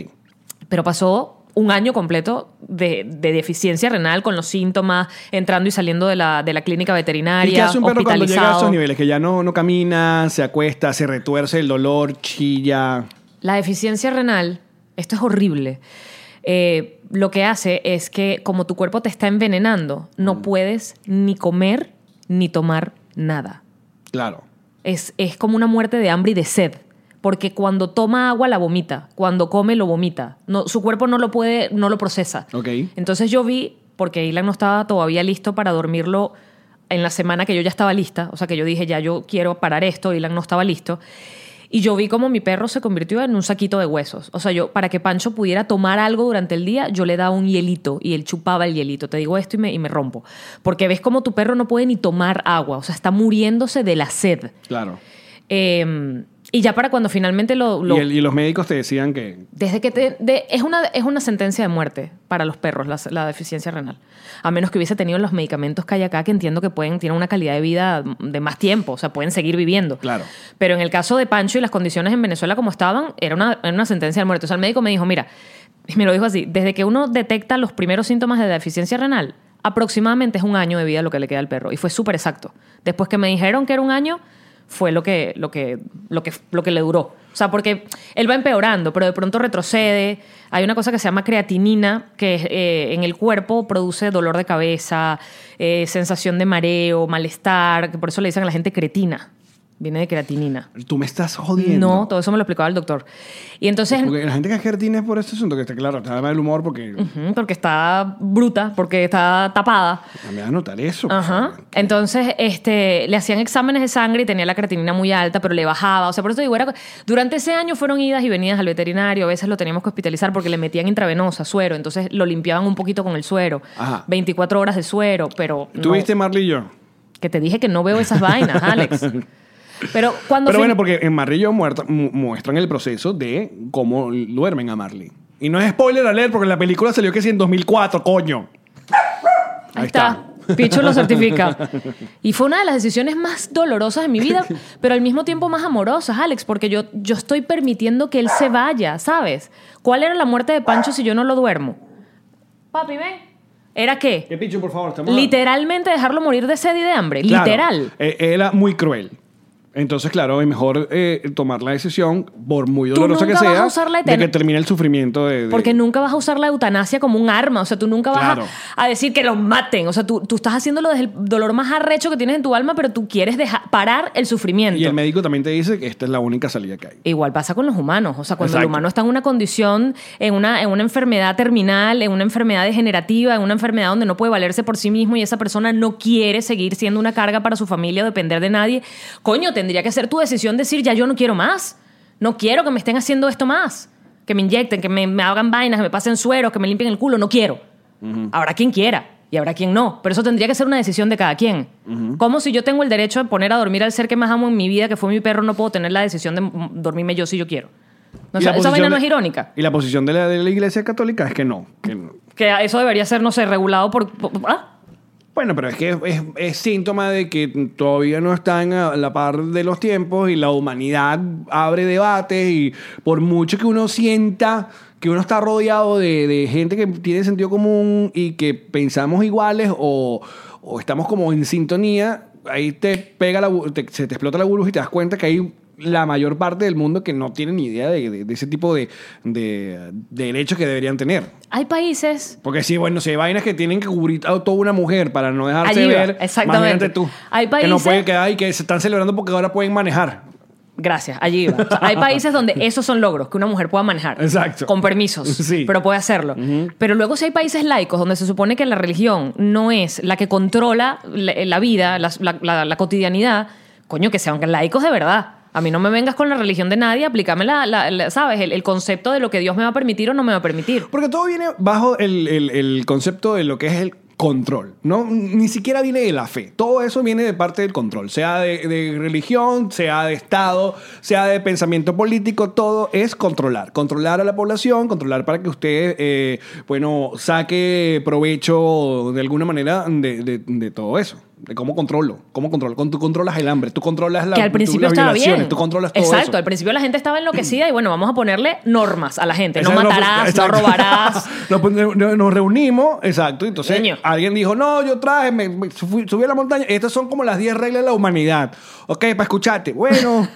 S1: pero pasó un año completo de, de deficiencia renal con los síntomas, entrando y saliendo de la, de la clínica veterinaria.
S2: ¿Y qué hace un perro cuando llega a
S1: hospitalizado.
S2: esos niveles? Que ya no, no camina, se acuesta, se retuerce el dolor, chilla.
S1: La deficiencia renal, esto es horrible. eh, lo que hace es que como tu cuerpo te está envenenando, no puedes ni comer ni tomar nada.
S2: Claro.
S1: Es, es como una muerte de hambre y de sed. Porque cuando toma agua la vomita, cuando come lo vomita. No, su cuerpo no lo puede, no lo procesa.
S2: Ok.
S1: Entonces yo vi, porque Ilan no estaba todavía listo para dormirlo en la semana que yo ya estaba lista, o sea que yo dije, ya yo quiero parar esto, Ilan no estaba listo. Y yo vi como mi perro se convirtió en un saquito de huesos. O sea, yo, para que Pancho pudiera tomar algo durante el día, yo le daba un hielito y él chupaba el hielito. Te digo esto y me, y me rompo. Porque ves como tu perro no puede ni tomar agua. O sea, está muriéndose de la sed.
S2: Claro.
S1: Eh, y ya para cuando finalmente lo... lo-
S2: Y, el- y los médicos te decían que.
S1: desde que te- de- es, una, es una sentencia de muerte para los perros, la, la deficiencia renal. A menos que hubiese tenido los medicamentos que hay acá, que entiendo que pueden, tienen una calidad de vida de más tiempo, o sea, pueden seguir viviendo.
S2: Claro.
S1: Pero en el caso de Pancho y las condiciones en Venezuela como estaban, era una, era una sentencia de muerte. O sea, el médico me dijo, mira, y me lo dijo así, desde que uno detecta los primeros síntomas de deficiencia renal, aproximadamente es un año de vida lo que le queda al perro. Y fue súper exacto. Después que me dijeron que era un año, fue lo que, lo que, lo que, lo que le duró. O sea, porque él va empeorando, pero de pronto retrocede. Hay una cosa que se llama creatinina, que es, eh, en el cuerpo produce dolor de cabeza, eh, sensación de mareo, malestar, que por eso le dicen a la gente cretina. Viene de creatinina.
S2: Tú me estás jodiendo.
S1: No, todo eso me lo explicaba el doctor. Y entonces,
S2: Porque la gente que es jardín es por este asunto, que está claro, está mal el humor porque.
S1: Ujú, porque está bruta, porque está tapada.
S2: Me vas a notar eso. pues, por
S1: Ajá.
S2: favor.
S1: Entonces, este, le hacían exámenes de sangre y tenía la creatinina muy alta, pero le bajaba. O sea, por eso digo, era, durante ese año fueron idas y venidas al veterinario. A veces lo teníamos que hospitalizar porque le metían intravenosa, suero. Entonces lo limpiaban un poquito con el suero.
S2: Ajá.
S1: 24 horas de suero, pero. Eh, no.
S2: ¿Tuviste Marlillo?
S1: que te dije que no veo esas vainas, Alex. Pero cuando.
S2: Pero
S1: fin-
S2: bueno, porque en Marlillo muerta, mu- muestran el proceso de cómo duermen a Marley. Y no es spoiler a leer porque la película salió que sí en 2004, coño.
S1: Ahí está. Pichu lo certifica. Y fue una de las decisiones más dolorosas de mi vida, pero al mismo tiempo más amorosas, Alex, porque yo, yo estoy permitiendo que él se vaya, ¿sabes? ¿Cuál era la muerte de Pancho si yo no lo duermo? Papi, ven. ¿Era qué?
S2: Que picho, por favor, estamos-
S1: Literalmente dejarlo morir de sed y de hambre.
S2: Claro,
S1: Literal.
S2: eh, era muy cruel. Entonces, claro, es mejor eh, tomar la decisión, por muy
S1: Tú
S2: dolorosa que
S1: nunca vas a
S2: sea,
S1: usarla
S2: de
S1: eterna-
S2: que termine el sufrimiento Eh, de. de-
S1: Porque nunca vas a usar la eutanasia como un arma. O sea, tú nunca vas a-
S2: Claro.
S1: a, decir que lo maten. O sea, tú, tú estás haciéndolo desde el dolor más arrecho que tienes en tu alma, pero tú quieres dejar, parar el sufrimiento.
S2: Y el médico también te dice que esta es la única salida que hay.
S1: Igual pasa con los humanos. O sea, cuando el
S2: Exacto.
S1: humano está en una condición, en una, en una enfermedad terminal, en una enfermedad degenerativa, en una enfermedad donde no puede valerse por sí mismo y esa persona no quiere seguir siendo una carga para su familia o depender de nadie, coño, tendría que ser tu decisión decir, ya yo no quiero más. No quiero que me estén haciendo esto más. Que me inyecten, que me, me hagan vainas, que me pasen sueros, que me limpien el culo. No quiero. Ahora quien quiera. y habrá quien no. Pero eso tendría que ser una decisión de cada quien. Como si yo tengo el derecho de poner a dormir al ser que más amo en mi vida, que fue mi perro, no puedo tener la decisión de mm, dormirme yo si yo quiero. No, o
S2: Y
S1: sea,
S2: la
S1: esa
S2: posición
S1: vaina no
S2: de-
S1: es irónica.
S2: Y la posición de la, de la Iglesia Católica es que no. que no.
S1: Que eso debería ser, no sé, regulado por... por- por- ah,
S2: Bueno, pero es que es, es- es síntoma de que todavía no están a la par de los tiempos y la humanidad abre debates y por mucho que uno sienta que uno está rodeado de, de gente que tiene sentido común y que pensamos iguales o, o estamos como en sintonía, ahí te pega la, bu- te- se te explota la burbuja y te das cuenta que hay la mayor parte del mundo que no tiene ni idea de, de- de ese tipo de, de- de derechos que deberían tener.
S1: hay países...
S2: Porque sí, bueno, si hay vainas que tienen que cubrir a toda una mujer para no dejarse
S1: Allí va,
S2: ver.
S1: exactamente.
S2: Imagínate tú.
S1: Hay
S2: Que no
S1: países-
S2: pueden quedar y que se están celebrando porque ahora pueden manejar.
S1: Gracias, allí iba. O sea, hay países donde esos son logros, que una mujer pueda manejar.
S2: Exacto.
S1: Con permisos.
S2: Sí.
S1: Pero puede hacerlo. Pero luego si hay países laicos donde se supone que la religión no es la que controla la, la vida, las- la, la- la cotidianidad, coño, que sean laicos de verdad. A mí no me vengas con la religión de nadie, aplícame la, la- la- ¿sabes? El, el concepto de lo que Dios me va a permitir o no me va a permitir.
S2: Porque todo viene bajo el, el- el concepto de lo que es el control, ¿no? Ni siquiera viene de la fe. Todo eso viene de parte del control, sea de, de religión, sea de Estado, sea de pensamiento político, todo es controlar. Controlar a la población, controlar para que usted, eh, bueno, saque provecho de alguna manera de, de- de todo eso. De cómo controlo, cómo controlo. Con- Tú controlas el hambre, tú controlas la,
S1: que al
S2: tú-
S1: principio
S2: las
S1: estaba
S2: violaciones,
S1: bien.
S2: tú controlas todo
S1: Exacto,
S2: eso.
S1: al principio la gente estaba enloquecida y bueno, vamos a ponerle normas a la gente. No
S2: Esa es la
S1: matarás, no
S2: oportunidad,
S1: robarás.
S2: exacto. Nos pon- nos, nos reunimos, exacto. y Entonces
S1: Coño.
S2: alguien dijo, no, yo traje, me, me fui- subí a la montaña. Estas son como las 10 reglas de la humanidad. Ok, para escucharte. Bueno,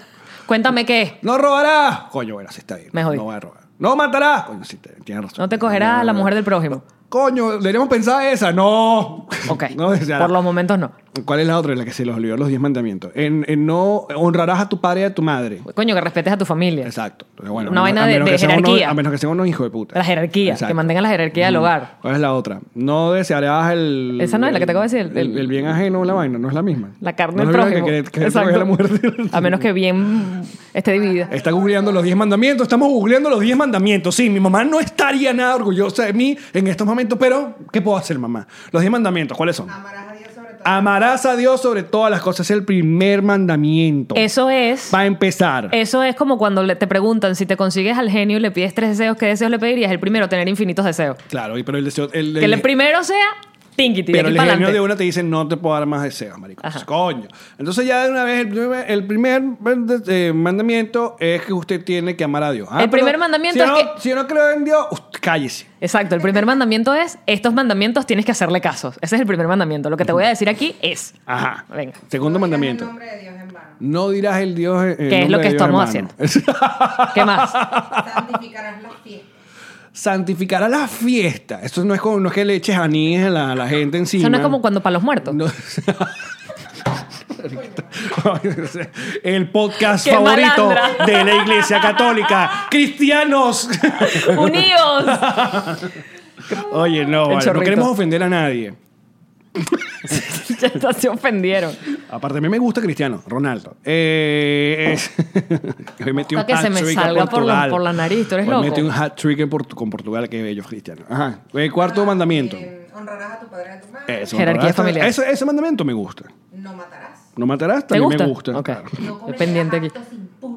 S1: Cuéntame qué es.
S2: no robarás. Coño, bueno, sí está bien.
S1: Me jodí.
S2: No voy a robar. No matarás. Coño, sí, te- tienes razón.
S1: No te cogerás a la mujer del prójimo.
S2: Coño, deberíamos pensar esa. No.
S1: Ok.
S2: No, o sea,
S1: Por los momentos no.
S2: ¿Cuál es la otra en la que se los olvidó los 10 mandamientos? En, en no honrarás a tu padre y a tu madre.
S1: Coño, que respetes a tu familia.
S2: Exacto. Entonces, bueno,
S1: Una
S2: a-
S1: vaina
S2: a
S1: de-
S2: menos
S1: de
S2: que sean unos-
S1: jerarquía.
S2: a menos que sean unos hijos de puta.
S1: La jerarquía,
S2: Exacto.
S1: que mantengan la jerarquía del
S2: Mm.
S1: hogar.
S2: ¿Cuál es la otra? No desearás el.
S1: Esa no es la que te acabo de decir, el-
S2: El, el bien ajeno, la vaina, no es la misma.
S1: La carne
S2: No es
S1: del
S2: la misma
S1: prójimo.
S2: Que, que- que
S1: Exacto.
S2: coger la muerte.
S1: A menos que bien esté dividida.
S2: Está googleando los 10 mandamientos, estamos googleando los 10 mandamientos. Sí, mi mamá no estaría nada orgullosa de mí en estos momentos, pero ¿qué puedo hacer, mamá? Los 10 mandamientos, ¿cuáles son? Amarás a Dios sobre todas. Amarás a Dios sobre todas las cosas, es el primer mandamiento.
S1: Eso es.
S2: Va a empezar.
S1: Eso es como cuando le- te preguntan si te consigues al genio y le pides tres deseos, ¿qué deseos le pedirías? El primero, tener infinitos deseos.
S2: Claro, y- pero el deseo. El,
S1: que
S2: el-
S1: el primero sea Tinkity, de
S2: Pero
S1: aquí
S2: el
S1: para
S2: genio de
S1: adelante.
S2: una te dice, no te puedo dar más deseos, marico.
S1: Ajá.
S2: Coño. Entonces ya de una vez, el primer, el primer eh, mandamiento es que usted tiene que amar a Dios. Ah,
S1: El primer
S2: pero
S1: mandamiento
S2: si
S1: es
S2: no-
S1: que-
S2: Si yo no creo en Dios, usted cállese.
S1: Exacto, el primer mandamiento es, estos mandamientos tienes que hacerle caso. Ese es el primer mandamiento. Lo que te voy a decir aquí es,
S2: Ajá.
S1: Venga.
S2: Segundo mandamiento. No dirás el Dios en
S1: Que es lo que estamos
S2: haciendo.
S1: ¿qué más?
S3: Santificarás las fiestas.
S2: Santificará la fiesta. Eso no es, como, no es que le eches anís a la, a la gente encima.
S1: Eso no es como cuando para los muertos.
S2: No. El podcast
S1: Qué
S2: favorito
S1: malandra.
S2: de la Iglesia Católica. Cristianos.
S1: ¡Unidos!
S2: Oye, no,
S1: El
S2: vale, no
S1: chorrito.
S2: queremos ofender a nadie.
S1: ya hasta se ofendieron.
S2: Aparte, a mí me gusta Cristiano Ronaldo. Eh, es- Hoy metí
S1: Busca que se me
S2: hat-trick a
S1: salga por la-
S2: Portugal.
S1: por la nariz, tú eres
S2: Hoy
S1: loco.
S2: metí un hat trick con Portugal, qué bello, Cristiano. Ajá. Eh, cuarto mandamiento.
S3: Eh, honrarás a tu padre y a tu madre.
S2: Eso,
S1: Jerarquía
S2: ¿verdad?
S1: familiar.
S2: Eso- ese mandamiento me gusta.
S3: No matarás.
S2: ¿No matarás?
S1: ¿Te
S2: También
S1: gusta?
S2: me gusta.
S1: Ok.
S2: claro.
S3: No cometerás
S1: Pendiente aquí.
S3: actos impuros.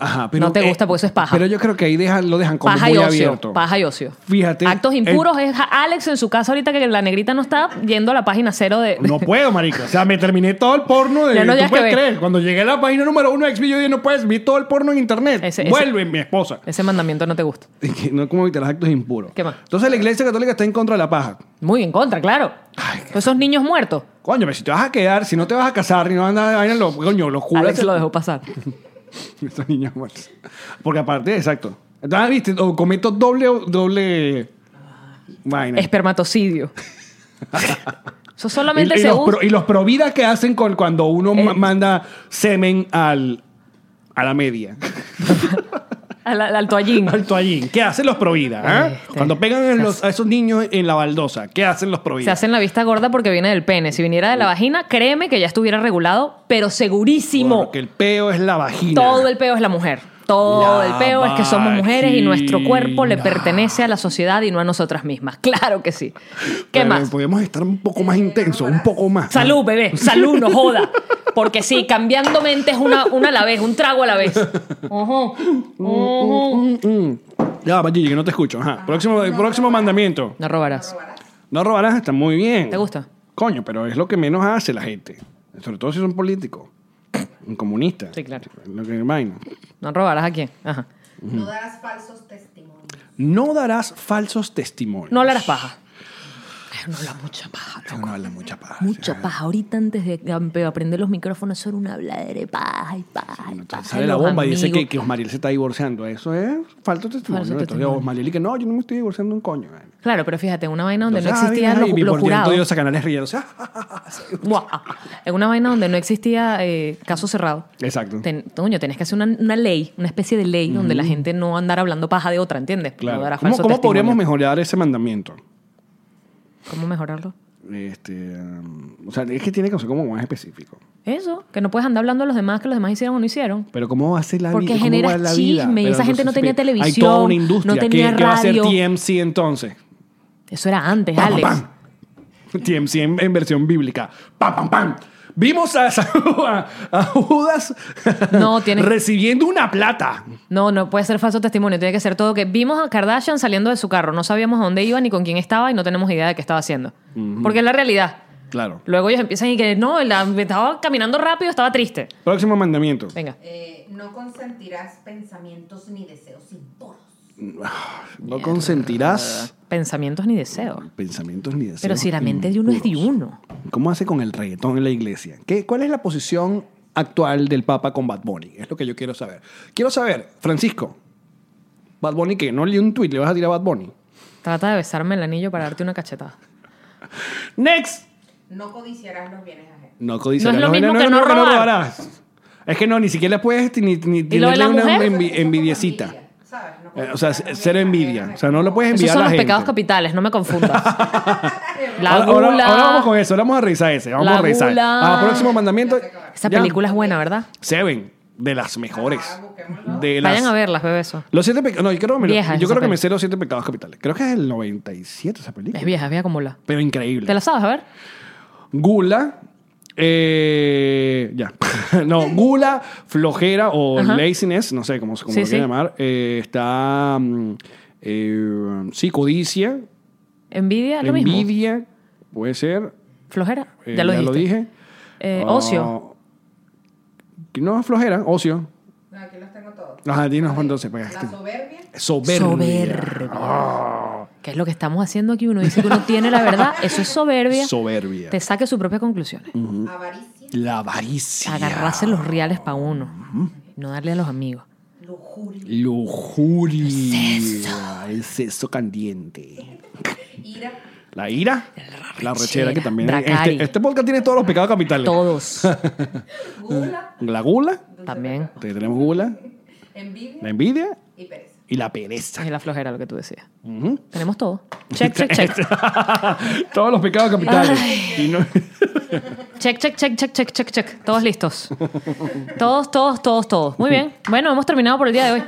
S2: Ajá, pero, eh,
S1: No te gusta porque eso es paja.
S2: Pero yo creo que ahí dejan, lo dejan como
S1: Paja
S2: muy
S1: y ocio.
S2: abierto.
S1: Paja y ocio.
S2: Fíjate, eh,
S1: Actos
S2: el-
S1: impuros es a- Alex en su casa ahorita que la negrita no está yendo a la página cero de. de-
S2: No puedo, marico. O sea, me terminé todo el porno de
S1: Ya no
S2: ¿tú
S1: hayas que
S2: puedes
S1: ver.
S2: creer? Cuando llegué a la página número uno de Xvideo, dije, no puedes, vi todo el porno en internet.
S1: Ese- ese-
S2: Vuelve mi esposa.
S1: Ese mandamiento no te gusta.
S2: Que No como evitar los actos impuros.
S1: ¿Qué más?
S2: Entonces la iglesia católica está en contra de la paja.
S1: Muy en contra, claro. Esos niños muertos.
S2: Coño, pero si te vas a quedar, si no te vas a casar, ni no andas de vaina, lo, coño, los curas.
S1: Alex lo dejó pasar.
S2: Estos niños muertos. Porque aparte, exacto. Entonces, viste, o cometo doble, doble vaina.
S1: Espermatocidio. Eso solamente
S2: y, y
S1: se
S2: los
S1: usa. Eh.
S2: pro- y los provida que hacen con, cuando uno ma- manda semen al, a la media.
S1: Al, al toallín.
S2: al toallín. ¿Qué hacen los provida? ah?
S1: Este.
S2: Cuando pegan a, los- a esos niños en la baldosa, ¿qué hacen los provida?
S1: Se hacen la vista gorda porque viene del pene. Si viniera de la vagina, créeme que ya estuviera regulado, pero segurísimo.
S2: Porque el peo es la vagina.
S1: Todo el peo es la mujer. todo
S2: La
S1: el peo es que somos mujeres y nuestro cuerpo le
S2: vagina.
S1: pertenece a la sociedad y no a nosotras mismas. Claro que sí. ¿Qué
S2: Pero pues,
S1: más?
S2: Podemos estar un poco más intenso, un poco más.
S1: Salud, bebé. Salud, no joda. Porque sí, cambiando mentes una, una a la vez, un trago a la vez. Ujú, ujú.
S2: Mm, mm. Ya, va, Gigi, que no te escucho. Ajá. Próximo, próximo mandamiento.
S1: No robarás.
S2: No robarás, está muy bien.
S1: ¿Te gusta?
S2: Coño, pero es lo que menos hace la gente. Sobre todo si son políticos. Un comunista.
S1: Sí, claro.
S2: Lo que me imagino.
S1: No robarás a quién. Ajá.
S3: No darás falsos testimonios.
S2: No darás falsos testimonios.
S1: No hablarás paja. Ay, No habla mucha paja.
S2: Uno habla mucha paja.
S1: Mucha
S2: sí,
S1: paja. Ahorita antes de de aprender los micrófonos, solo una habladera de paja y paja. y
S2: Bueno,
S1: paja,
S2: entonces sale la
S1: los
S2: bomba y dice
S1: amigos.
S2: que, que Osmariel se está divorciando. Eso es falso testimonio.
S1: Falso
S2: Entonces
S1: testimonio.
S2: Osmariel y que no, yo no me estoy divorciando un coño. "Ah, Donde
S1: Claro, pero fíjate, una vaina donde no existían los, los jurados.
S2: Dios a canales riéndose.
S1: Buah. En una vaina donde no existía eh, caso cerrado.
S2: Exacto.
S1: Ten, toño, tenés que hacer una, una ley, una especie de ley donde la gente no andara hablando paja de otra, ¿entiendes?
S2: Claro.
S1: No dará
S2: ¿Cómo,
S1: falso
S2: cómo
S1: testimonio.
S2: podríamos mejorar ese mandamiento?
S1: ¿Cómo mejorarlo?
S2: Este, um, o sea, es que tiene que ser como más específico.
S1: Eso, que no puedes andar hablando a los demás que los demás hicieron o no hicieron.
S2: Pero ¿cómo va a ser la
S1: Porque
S2: vida? ¿Cómo
S1: generas
S2: va la vida?
S1: chisme y
S2: Pero
S1: esa gente no
S2: entonces,
S1: tenía
S2: Hay toda
S1: televisión,
S2: una industria.
S1: no tenía
S2: ¿Qué, qué va a hacer
S1: radio.
S2: TMC entonces?
S1: Eso era antes,
S2: ¡Pam,
S1: Alex.
S2: pam, pam! TMC en, en versión bíblica. ¡Pam, pam, pam! Vimos a, a- a Judas
S1: No, tiene-
S2: recibiendo una plata.
S1: No, no puede ser falso testimonio, tiene que ser todo que vimos a Kardashian saliendo de su carro, no sabíamos a dónde iba ni con quién estaba y no tenemos idea de qué estaba haciendo. Porque es la realidad.
S2: Claro.
S1: Luego ellos empiezan y que no, la- estaba caminando rápido, estaba triste.
S2: Próximo mandamiento.
S1: Venga.
S3: Eh, no consentirás pensamientos ni deseos impuros.
S2: No consentirás
S1: Pensamientos ni deseos.
S2: pensamientos ni deseos.
S1: Pero si la mente de uno es de
S2: impuros.
S1: uno.
S2: ¿Cómo hace con el reggaetón en la iglesia? ¿Qué, ¿Cuál es la posición actual del Papa con Bad Bunny? Es lo que yo quiero saber. Quiero saber, Francisco, Bad Bunny, ¿qué? No leí un tuit, le vas a tirar a Bad Bunny.
S1: Trata de besarme el anillo para darte una cachetada.
S2: Next.
S3: No codiciarás los bienes ajenos.
S2: No codiciarás.
S1: No es lo mismo
S2: es
S1: que no
S2: mismo
S1: robar.
S2: robarás. Es que no, ni siquiera puedes ni, ni
S1: ¿Y lo de
S2: tenerle
S1: la
S2: una
S1: mujer?
S2: envi-
S3: Eso- eso es como
S2: envidiecita.
S3: envidia, ¿sabes? No
S2: Eh, o sea,
S3: codiciarás los
S2: cero
S3: bienes
S2: envidia.
S3: ajenos.
S2: O sea, no lo puedes
S1: Esos
S2: envidiar
S1: son
S2: a la
S1: los
S2: gente.
S1: pecados capitales, no me confundas. La
S2: Ahora, ahora-
S1: gula.
S2: ahora vamos con eso, ahora vamos a revisar ese. Vamos
S1: La
S2: a revisar.
S1: gula.
S2: Ah, próximo mandamiento.
S1: Esa
S2: Ya.
S1: película es buena, ¿verdad?
S2: Seven, de las mejores. De las,
S1: Vayan a verlas, bebés.
S2: Los siete pecados. No, yo creo, que me lo-
S1: Vieja es
S2: yo
S1: esa
S2: creo que
S1: peli.
S2: me sé los siete pecados capitales. Creo que es el 97 esa película.
S1: Es vieja, es vieja como la.
S2: Pero increíble.
S1: ¿Te la sabes? A ver.
S2: Gula. eh, ya. no, gula, flojera o
S1: Ajá.
S2: laziness, no sé cómo, cómo
S1: Sí,
S2: lo
S1: sí.
S2: quieren llamar. eh, está. mm, eh, sí, codicia.
S1: Envidia, lo mismo.
S2: envidia. Puede ser.
S1: Flojera.
S2: eh,
S1: ya lo dijiste.
S2: dije.
S1: Eh,
S2: Ah,
S1: Ocio.
S2: que no, flojera, ocio.
S3: No, aquí los tengo todos.
S2: Ajá, dinos entonces. Pues,
S3: La soberbia.
S2: soberbia. Ah.
S1: Soberbia. Que es lo que estamos haciendo aquí. Uno dice que uno tiene la verdad. Eso es soberbia.
S2: Soberbia.
S1: Te saque sus propias conclusiones.
S3: Avaricia.
S2: La avaricia.
S1: Agarrarse los reales para uno. No darle a los amigos.
S3: Lujuria.
S2: Lujuria. El sexo candiente.
S3: Ira.
S2: La ira. La rechera,
S1: rechera,
S2: que también.
S1: Dracari.
S2: Este, este podcast tiene todos los pecados capitales.
S1: Todos.
S3: Gula.
S2: La gula.
S1: También.
S2: te- Tenemos gula. La
S3: Envidia.
S2: envidia.
S3: Y pereza.
S2: Y la pereza.
S1: Es la flojera lo que tú decías.
S2: Ujú.
S1: Tenemos todo. Check, check, check.
S2: todos los pecados capitales. Y no-
S1: Check, check, check, check, check, check, check. Todos listos. Todos, todos, todos, todos. Muy bien. Bueno, hemos terminado por el día de hoy.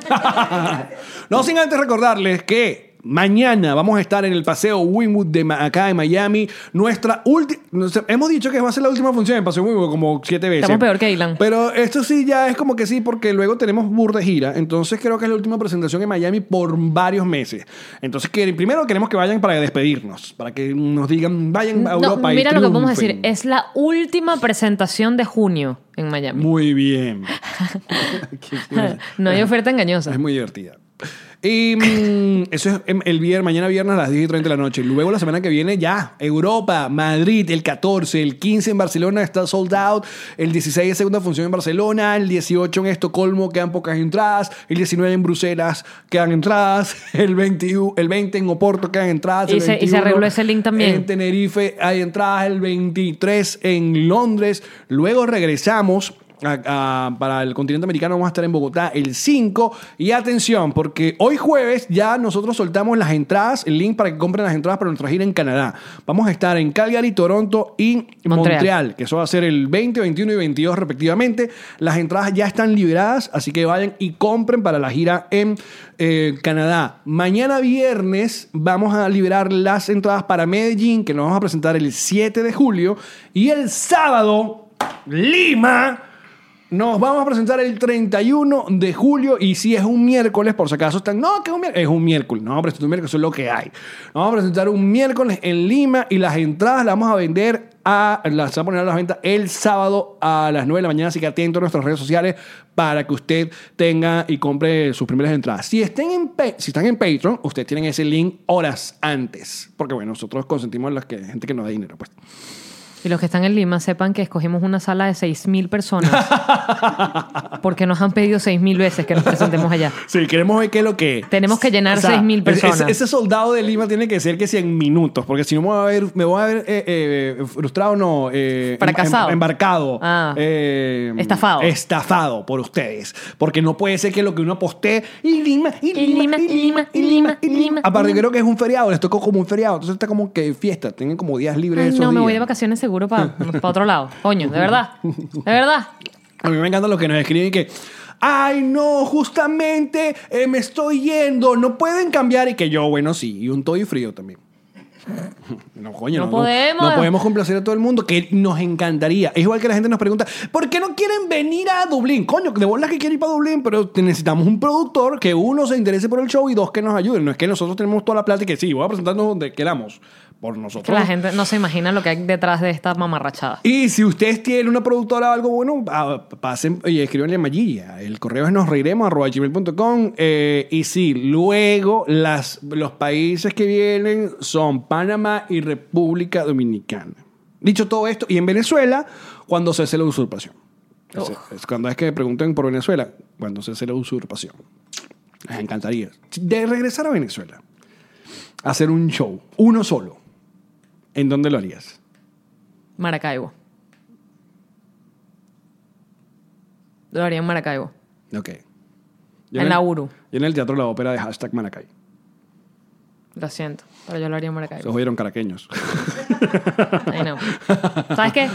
S2: No sin antes recordarles que mañana vamos a estar en el Paseo Winwood de Ma- acá en Miami. Nuestra última. Hemos dicho que va a ser la última función en Paseo Winwood como siete veces.
S1: Estamos peor que Dylan.
S2: Pero esto sí ya es como que sí, porque luego tenemos Bur de gira. Entonces creo que es la última presentación en Miami por varios meses. Entonces que, primero queremos que vayan para despedirnos, para que nos digan, vayan a Europa
S1: No,
S2: y
S1: mira lo que podemos decir.
S2: triunfen.
S1: Es la última presentación de junio en Miami.
S2: Muy bien. Qué- qué-
S1: No hay oferta engañosa.
S2: Es muy divertida. Y mm, eso es em, el viernes, mañana viernes a las 10 y 30 de la noche. Luego la semana que viene ya, Europa, Madrid, el 14, el 15 en Barcelona está sold out, el 16 es segunda función en Barcelona, el 18 en Estocolmo quedan pocas entradas, el 19 en Bruselas quedan entradas, el 21 el 20 en Oporto quedan entradas.
S1: Y
S2: el
S1: se- y se
S2: 21
S1: arregló ese link también.
S2: en Tenerife hay entradas, el 23 en Londres, luego regresamos a- a- para el continente americano vamos a estar en Bogotá el 5. Y atención, porque hoy jueves ya nosotros soltamos las entradas, el link para que compren las entradas para nuestra gira en Canadá. Vamos a estar en Calgary, Toronto y
S1: Montreal.
S2: Montreal. que eso va a ser el 20, 21 y 22 respectivamente. Las entradas ya están liberadas, así que vayan y compren para la gira en eh, Canadá. Mañana viernes vamos a liberar las entradas para Medellín, que nos vamos a presentar el 7 de julio. Y el sábado, Lima. Nos vamos a presentar el 31 de julio y si es un miércoles, por si acaso están, no, que es un miércoles, es un miércoles, no vamos a presentar un miércoles, eso es lo que hay. Nos vamos a presentar un miércoles en Lima y las entradas las vamos a vender a, las vamos a poner a la venta el sábado a las 9 de la mañana, así que atento a nuestras redes sociales para que usted tenga y compre sus primeras entradas. Si, estén en, Pa- si están en Patreon, ustedes tienen ese link horas antes, porque bueno, nosotros consentimos a la que, gente que nos da dinero, pues.
S1: Y los que están en Lima sepan que escogimos una sala de 6.000 personas porque nos han pedido 6.000 veces que nos presentemos allá.
S2: Sí, queremos ver qué es lo que es.
S1: Tenemos que llenar 6.000 personas.
S2: Ese, ese soldado de Lima tiene que ser que 100 minutos, porque si no me voy a ver, me voy a ver eh, eh, frustrado, no. eh, em-
S1: Fracasado.
S2: em- embarcado.
S1: Ah.
S2: eh,
S1: Estafado.
S2: Estafado por ustedes. Porque no puede ser que lo que uno postee. Y Lima, y
S1: Y
S2: Lima,
S1: Lima,
S2: y Lima, y Lima, y Lima. Aparte, creo que es un feriado, les tocó como un feriado. Entonces está como que fiesta, tienen como días libres.
S1: Ay,
S2: esos
S1: no, me voy de
S2: días.
S1: vacaciones seguro para otro lado. Coño, de verdad. De verdad.
S2: A mí me encanta lo que nos escriben que, ay, no, justamente eh, me estoy yendo, no pueden cambiar. Y que yo, bueno, sí, y un todo y frío también. No, coño,
S1: No
S2: no,
S1: podemos.
S2: No, podemos complacer a todo el mundo, que nos encantaría. Es igual que la gente nos pregunta, ¿por qué no quieren venir a Dublín? Coño, de bolas que quieren ir para Dublín, pero te- necesitamos un productor que uno se interese por el show y dos que nos ayuden. No es que nosotros tenemos toda la plata y que sí, voy a presentarnos donde queramos, por nosotros.
S1: Que la gente no se imagina lo que hay detrás de esta mamarrachada.
S2: Y si ustedes tienen una productora o algo bueno, ah, pasen y escríbanle a Magilla. El correo es nosreiremos.com. Eh, y sí, luego las, los países que vienen son Panamá y República Dominicana. Dicho todo esto, y en Venezuela, cuando se hace la usurpación. Es- es cuando es que me pregunten por Venezuela, cuando se hace la usurpación. Les encantaría. De regresar a Venezuela, hacer un show, uno solo, ¿en dónde lo harías?
S1: Maracaibo. Lo haría en Maracaibo.
S2: Ok.
S1: En la URU.
S2: Yo en el Teatro La Ópera de hashtag Maracay.
S1: Lo siento, pero yo lo haría en Maracaibo.
S2: Se jodieron caraqueños.
S1: Ay, no. ¿Sabes qué?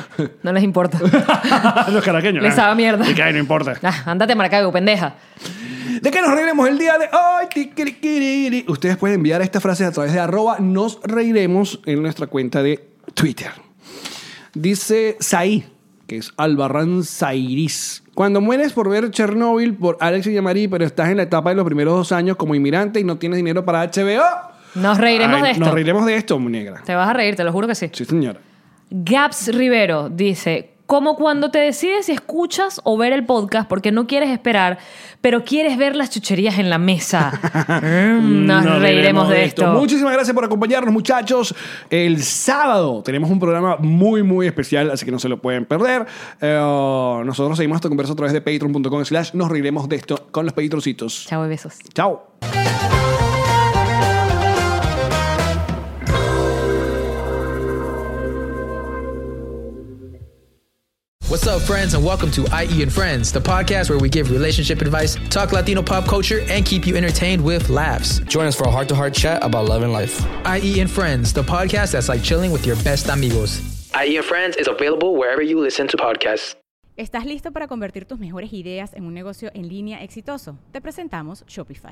S1: No les importa.
S2: Los caraqueños.
S1: Les
S2: ah.
S1: sabe mierda.
S2: Y que ay, no importa.
S1: Ah, ándate a Maracaibo, pendeja.
S2: ¿De qué nos reiremos el día de hoy? Tiquiriquiriri. Ustedes pueden enviar estas frases a través de arroba nos reiremos en nuestra cuenta de Twitter. Dice Saí, que es Albarrán Sairis. Cuando mueres por ver Chernobyl por Alex y Yamari, pero estás en la etapa de los primeros dos años como inmigrante y no tienes dinero para HBO.
S1: Nos reiremos
S2: Ay,
S1: de esto.
S2: Nos reiremos de esto, negra.
S1: Te vas a reír, te lo juro que sí.
S2: Sí, señora.
S1: Gaps Rivero dice, como cuando te decides si escuchas o ver el podcast porque no quieres esperar, pero quieres ver las chucherías en la mesa. Mm, nos, reiremos, de esto.
S2: Muchísimas gracias por acompañarnos, muchachos. El sábado tenemos un programa muy, muy especial, así que no se lo pueden perder. Eh, nosotros seguimos esta conversa a través de patreon.com slash nos reiremos de esto con los patroncitos.
S1: Chao y besos.
S2: Chao.
S4: What's up, friends, and welcome to IE and Friends, the podcast where we give relationship advice, talk Latino pop culture, and keep you entertained with laughs.
S5: Join us for a heart to heart chat about love and life.
S4: IE and Friends, the podcast that's like chilling with your best amigos.
S5: IE E and Friends is available wherever you listen to podcasts.
S6: ¿Estás listo para convertir tus mejores ideas en un negocio en línea exitoso? Te presentamos Shopify.